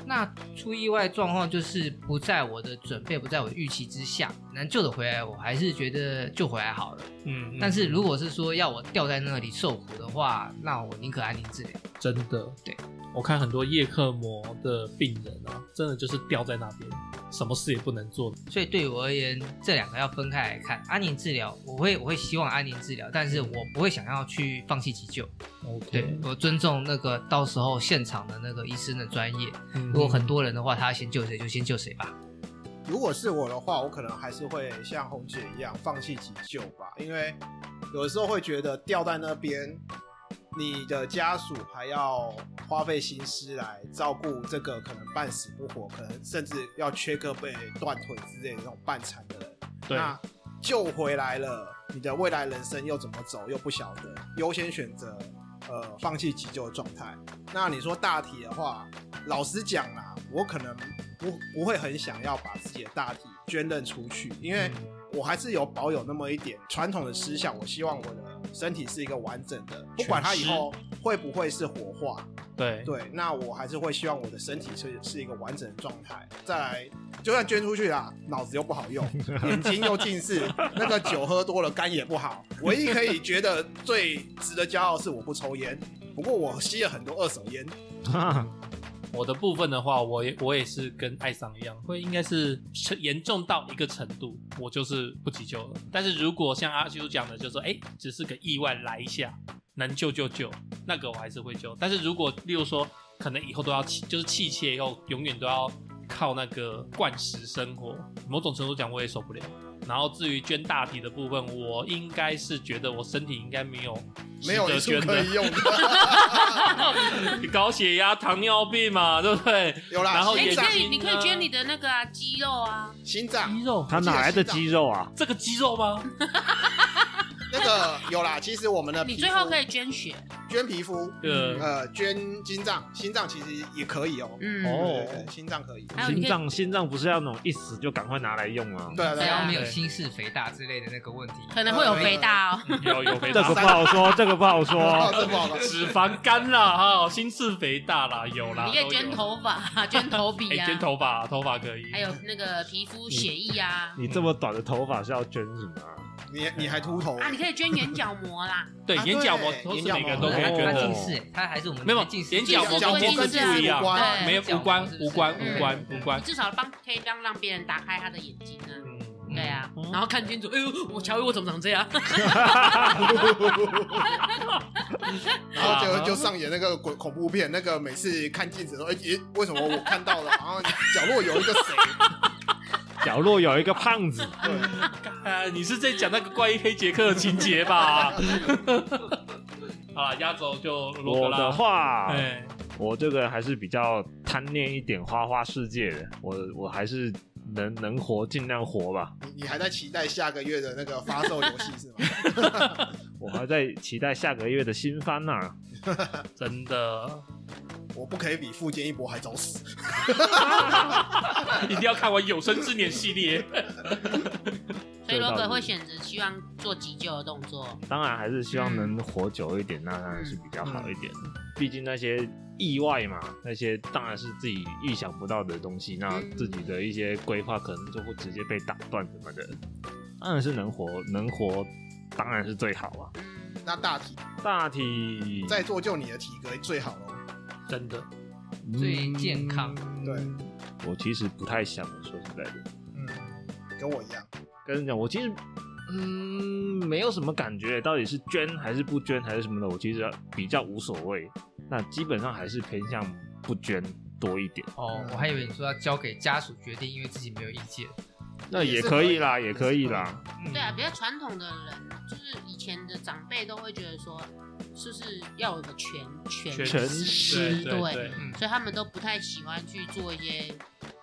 Speaker 2: 那出意外状况就是不在我的准备、不在我的预期之下，能救得回来，我还是觉得救回来好了。
Speaker 5: 嗯，
Speaker 2: 但是如果是说要我吊在那里受苦的话，那我宁可安宁治疗。
Speaker 5: 真的，
Speaker 2: 对
Speaker 5: 我看很多叶克膜的病人啊，真的就是吊在那边，什么事也不能做。
Speaker 2: 所以对我而言，这两个要分开来看。安宁治疗，我会我会希望安宁治疗，但是我不会想要去放弃急救。对
Speaker 5: OK，
Speaker 2: 我尊重那个到时候现场的那个医生的专业。如
Speaker 5: 嗯
Speaker 2: 果很多人的话，他先救谁就先救谁吧。
Speaker 1: 如果是我的话，我可能还是会像红姐一样放弃急救吧，因为有的时候会觉得掉在那边，你的家属还要花费心思来照顾这个可能半死不活，可能甚至要缺胳膊断腿之类的那种半残的人，
Speaker 5: 对，
Speaker 1: 那救回来了，你的未来人生又怎么走又不晓得，优先选择呃放弃急救的状态。那你说大体的话，老实讲啦，我可能不不会很想要把自己的大体捐赠出去，因为我还是有保有那么一点传统的思想，我希望我的身体是一个完整的，不管它以后会不会是活化，
Speaker 5: 嗯对
Speaker 1: 对，那我还是会希望我的身体是是一个完整的状态。再来，就算捐出去啦，脑子又不好用，眼睛又近视，那个酒喝多了肝也不好。唯一可以觉得最值得骄傲是我不抽烟，不过我吸了很多二手烟。
Speaker 5: 我的部分的话，我也我也是跟艾桑一样，会应该是严重到一个程度，我就是不急救了。但是如果像阿修讲的，就是说哎，只是个意外来一下，能救就救，那个我还是会救。但是如果例如说，可能以后都要器就是器械以后永远都要靠那个灌食生活，某种程度讲我也受不了。然后至于捐大体的部分，我应该是觉得我身体应该没有
Speaker 1: 没有
Speaker 5: 值
Speaker 1: 一
Speaker 5: 得
Speaker 1: 处
Speaker 5: 捐
Speaker 1: 可
Speaker 5: 的
Speaker 1: 以，用的，
Speaker 5: 高血压、糖尿病嘛，对不对？
Speaker 1: 有啦，
Speaker 5: 然后
Speaker 1: 心
Speaker 3: 哎你
Speaker 5: 眼
Speaker 1: 脏
Speaker 3: 可
Speaker 5: 睛，
Speaker 3: 以，你可以捐你的那个啊肌肉啊，
Speaker 1: 心脏
Speaker 5: 肌肉，
Speaker 4: 她哪来的肌肉啊？
Speaker 5: 这个肌肉吗？
Speaker 1: 那个有啦，其实我们的
Speaker 3: 你
Speaker 1: 皮
Speaker 3: 最后
Speaker 1: 肤
Speaker 3: 可以捐血，
Speaker 1: 捐皮肤，
Speaker 5: 呃，
Speaker 1: 呃，捐心脏，心脏其实也可以哦。
Speaker 3: 嗯，
Speaker 4: 哦
Speaker 1: 对对对心脏可以。
Speaker 3: 还有你
Speaker 4: 心
Speaker 3: 可以
Speaker 4: 脏心脏不是要那种一死就赶快拿来用吗？
Speaker 1: 对啊
Speaker 2: 只
Speaker 1: 对
Speaker 2: 要
Speaker 1: 啊，
Speaker 2: 没有心室肥大之类的那个问题，
Speaker 3: 可能会有肥大哦。
Speaker 5: 嗯有有肥
Speaker 4: 这
Speaker 5: 大
Speaker 4: 个不好说，这个不好
Speaker 1: 不好
Speaker 4: 说。
Speaker 1: 这不好说。
Speaker 5: 脂肪肝啦，哈，哦心室肥大啦， 有啦，
Speaker 3: 你可以
Speaker 5: 都有
Speaker 3: 捐，头发、 捐头皮
Speaker 5: 哎，
Speaker 3: 啊，
Speaker 5: 捐头发，头发可以，
Speaker 3: 还有那个皮肤血液啊，
Speaker 4: 你这么短的头发是要捐什么啊？
Speaker 1: 你你还秃头
Speaker 3: 啊，你可以捐眼角膜啦，
Speaker 5: 对
Speaker 1: 啊
Speaker 5: 眼角膜
Speaker 1: 对
Speaker 5: 都是
Speaker 1: 眼角
Speaker 5: 每个人
Speaker 1: 膜
Speaker 5: 都可以
Speaker 2: 他
Speaker 5: 捐
Speaker 2: 他
Speaker 5: 的
Speaker 3: 哦
Speaker 2: 近。视欸，他还是我们
Speaker 5: 没有
Speaker 2: 近 视
Speaker 5: 眼角膜
Speaker 1: 角膜
Speaker 5: 跟近视
Speaker 1: 跟
Speaker 3: 近视
Speaker 5: 不一样
Speaker 1: 无关，
Speaker 3: 啊
Speaker 4: 哦
Speaker 3: 对
Speaker 5: 没有无关
Speaker 2: 是不
Speaker 5: 无
Speaker 2: 是
Speaker 5: 关
Speaker 3: 嗯
Speaker 5: 无关无关
Speaker 3: 你。至少帮可以帮让别人打开他的眼睛啊。
Speaker 5: 嗯，
Speaker 3: 对啊，然后看清楚，哎呦，我乔伊我怎么长这样？
Speaker 1: 然后就就上演那个鬼恐怖片，那个每次看镜子都，哎、咦为什么我看到了，然后角落有一个谁？
Speaker 4: 角落有一个胖子，
Speaker 1: 对，
Speaker 5: 啊，你是在讲那个怪医黑杰克的情节吧？ 好啦，压轴就 罗格
Speaker 4: 我的
Speaker 5: 拉。
Speaker 4: 话，
Speaker 5: 哎，
Speaker 4: 我这个还是比较贪念一点花花世界的，我我还是能能活尽量活吧。
Speaker 1: 你你还在期待下个月的那个发售游戏是吗？
Speaker 4: 我还在期待下个月的新番啊呐、
Speaker 5: 真的，
Speaker 1: 我不可以比富坚一博还早死。
Speaker 5: 一定要看完《有生之年》系 列。
Speaker 3: 所以罗格会选择希望做急救的动作，
Speaker 4: 当然还是希望能活久一点，那当然是比较好一点。毕竟那些意外嘛，那些当然是自己意想不到的东西，那
Speaker 3: 嗯
Speaker 4: 自己的一些规划可能就会直接被打断什么的。当然是能活，能活当然是最好啊。
Speaker 3: 嗯
Speaker 1: 那大体
Speaker 4: 大体
Speaker 1: 在做就你的体格最好喽。
Speaker 5: 真的，
Speaker 2: 最健康。
Speaker 4: 对，嗯我其实不太想说实在的。
Speaker 1: 嗯，跟我一样。
Speaker 4: 跟你讲，我其实嗯没有什么感觉，到底是捐还是不捐还是什么的，我其实比较无所谓。那基本上还是偏向不捐多一点，
Speaker 2: 哦，我还以为你说要交给家属决定，因为自己没有意见。
Speaker 4: 那
Speaker 1: 也
Speaker 4: 也
Speaker 1: 是
Speaker 4: 可以啦，
Speaker 1: 可以
Speaker 4: 也可以啦。
Speaker 2: 嗯
Speaker 3: 对啊，比较传统的人，就是以前的长辈都会觉得说，是不是要有个全全
Speaker 4: 全
Speaker 5: 对
Speaker 3: 尸
Speaker 5: 对
Speaker 3: 对，
Speaker 5: 对，
Speaker 2: 嗯，
Speaker 3: 所以他们都不太喜欢去做一些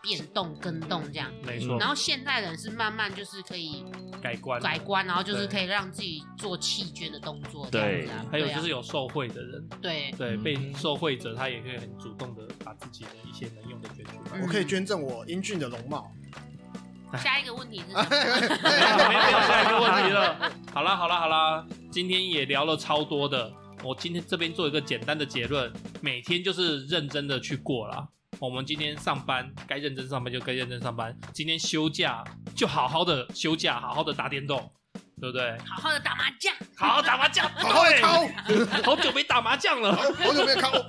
Speaker 3: 变动、跟动这样。
Speaker 5: 没错
Speaker 3: 然。后现代人是慢慢就是可以
Speaker 5: 改观，
Speaker 3: 嗯改观，然后就
Speaker 5: 对
Speaker 3: 是可以让自己做弃捐的动作这样子啊。
Speaker 5: 还有
Speaker 3: 对啊啊
Speaker 5: 就是有受贿的人，
Speaker 3: 对，
Speaker 5: 对
Speaker 4: 嗯
Speaker 5: 被受贿者，他也可以很主动的把自己的一些能用的捐出
Speaker 3: 嗯
Speaker 5: 来。
Speaker 1: 我可以捐赠我英俊的容貌。
Speaker 3: 下一个问题是什 么？
Speaker 5: 没有下一个问题了。 好啦好啦好啦，今天也聊了超多的。我今天这边做一个简单的结论，每天就是认真的去过啦。我们今天上班该认真上班就该认真上班，今天休假就好好的休假，好好的打电动，对不对？
Speaker 3: 好好的打麻将，
Speaker 5: 好好打麻将，
Speaker 3: 啊
Speaker 1: 好好的
Speaker 5: 对，
Speaker 1: 敲，
Speaker 5: 好久没打麻将 了。
Speaker 1: 好久没有敲。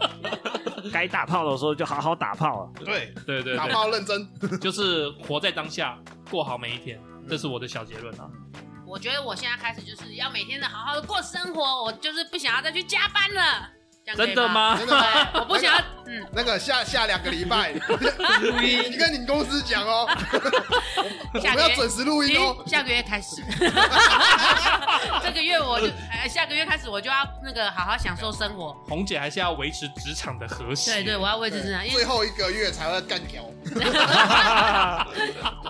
Speaker 4: 该打炮的时候就好好打炮啊。
Speaker 1: 对，
Speaker 5: 对对
Speaker 1: 打
Speaker 5: 对，
Speaker 1: 炮认真。
Speaker 5: 就是活在当下，过好每一天，这是我的小结论啊。
Speaker 3: 我觉得我现在开始就是要每天的好好的过生活，我就是不想要再去加班了。这样可以
Speaker 5: 真的吗
Speaker 1: 真的吗
Speaker 3: 对，我不想要，嗯，
Speaker 1: 那个下下两个礼拜， 你你跟你公司讲哦，我
Speaker 3: 下
Speaker 1: 们
Speaker 3: 个
Speaker 1: 要
Speaker 3: 月
Speaker 1: 准时录音哦
Speaker 3: 停。下个月 开始，这个月我就，呃，下个月开始我就要那个好好享受生活。
Speaker 5: 红姐还是要维持职场的和谐。
Speaker 3: 对对，我要维持正常，
Speaker 1: 对
Speaker 3: 因
Speaker 1: 最
Speaker 3: 为
Speaker 1: 后一个月才会干掉。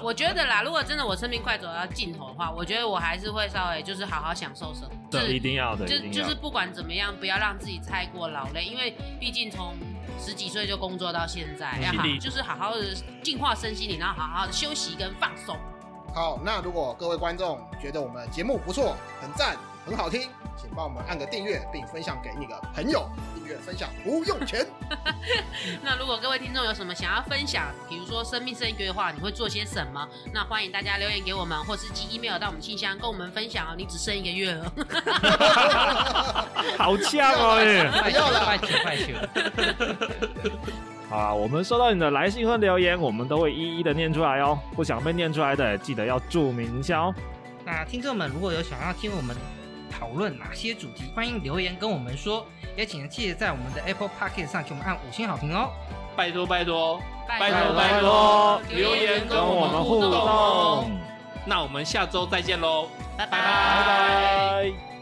Speaker 3: 我觉得啦，如果真的我生命快走到尽头的话，我觉得我还是会稍微就是好好享受生活，就是
Speaker 4: 一定要的，
Speaker 3: 就
Speaker 4: 一定
Speaker 3: 就
Speaker 4: 要
Speaker 3: 是
Speaker 4: 的。
Speaker 3: 不管怎么样，不要让自己太过劳累，因为毕竟从十几岁就工作到现在，
Speaker 5: 嗯
Speaker 3: 要好
Speaker 5: 心理
Speaker 3: 就是好好的净化身心灵，然后好好的休息跟放松。
Speaker 1: 好，那如果各位观众觉得我们节目不错，很赞，很好听，请帮我们按个订阅，并分享给你的朋友。订阅分享不用钱。
Speaker 3: 那如果各位听众有什么想要分享，比如说生命剩一个月的话，你会做些什么？那欢迎大家留言给我们，或是寄 email 到我们信箱跟我们分享哦。你只剩一个月了，
Speaker 4: 好呛哦、
Speaker 5: 哎
Speaker 4: 欸！
Speaker 2: 快
Speaker 1: 不
Speaker 2: 球
Speaker 1: 要了
Speaker 2: 快球快球，
Speaker 4: 好啦，我们收到你的来信和留言，我们都会一一的念出来哦。不想被念出来的，记得要注明一下哦。
Speaker 2: 那听众们如果有想要听我们讨论哪些主题，欢迎留言跟我们说，也请记得在我们的 Apple p o c k e t 上给我们按五星好评哦。
Speaker 5: 拜托拜托，拜
Speaker 4: 托
Speaker 5: 拜托，留言跟
Speaker 4: 跟我
Speaker 5: 我们
Speaker 4: 们
Speaker 5: 互
Speaker 4: 互
Speaker 5: 动哦。
Speaker 4: 动，
Speaker 5: 那我们下周再见喽，
Speaker 3: 拜
Speaker 5: 拜
Speaker 4: 拜
Speaker 3: 拜
Speaker 5: 拜。
Speaker 4: 拜。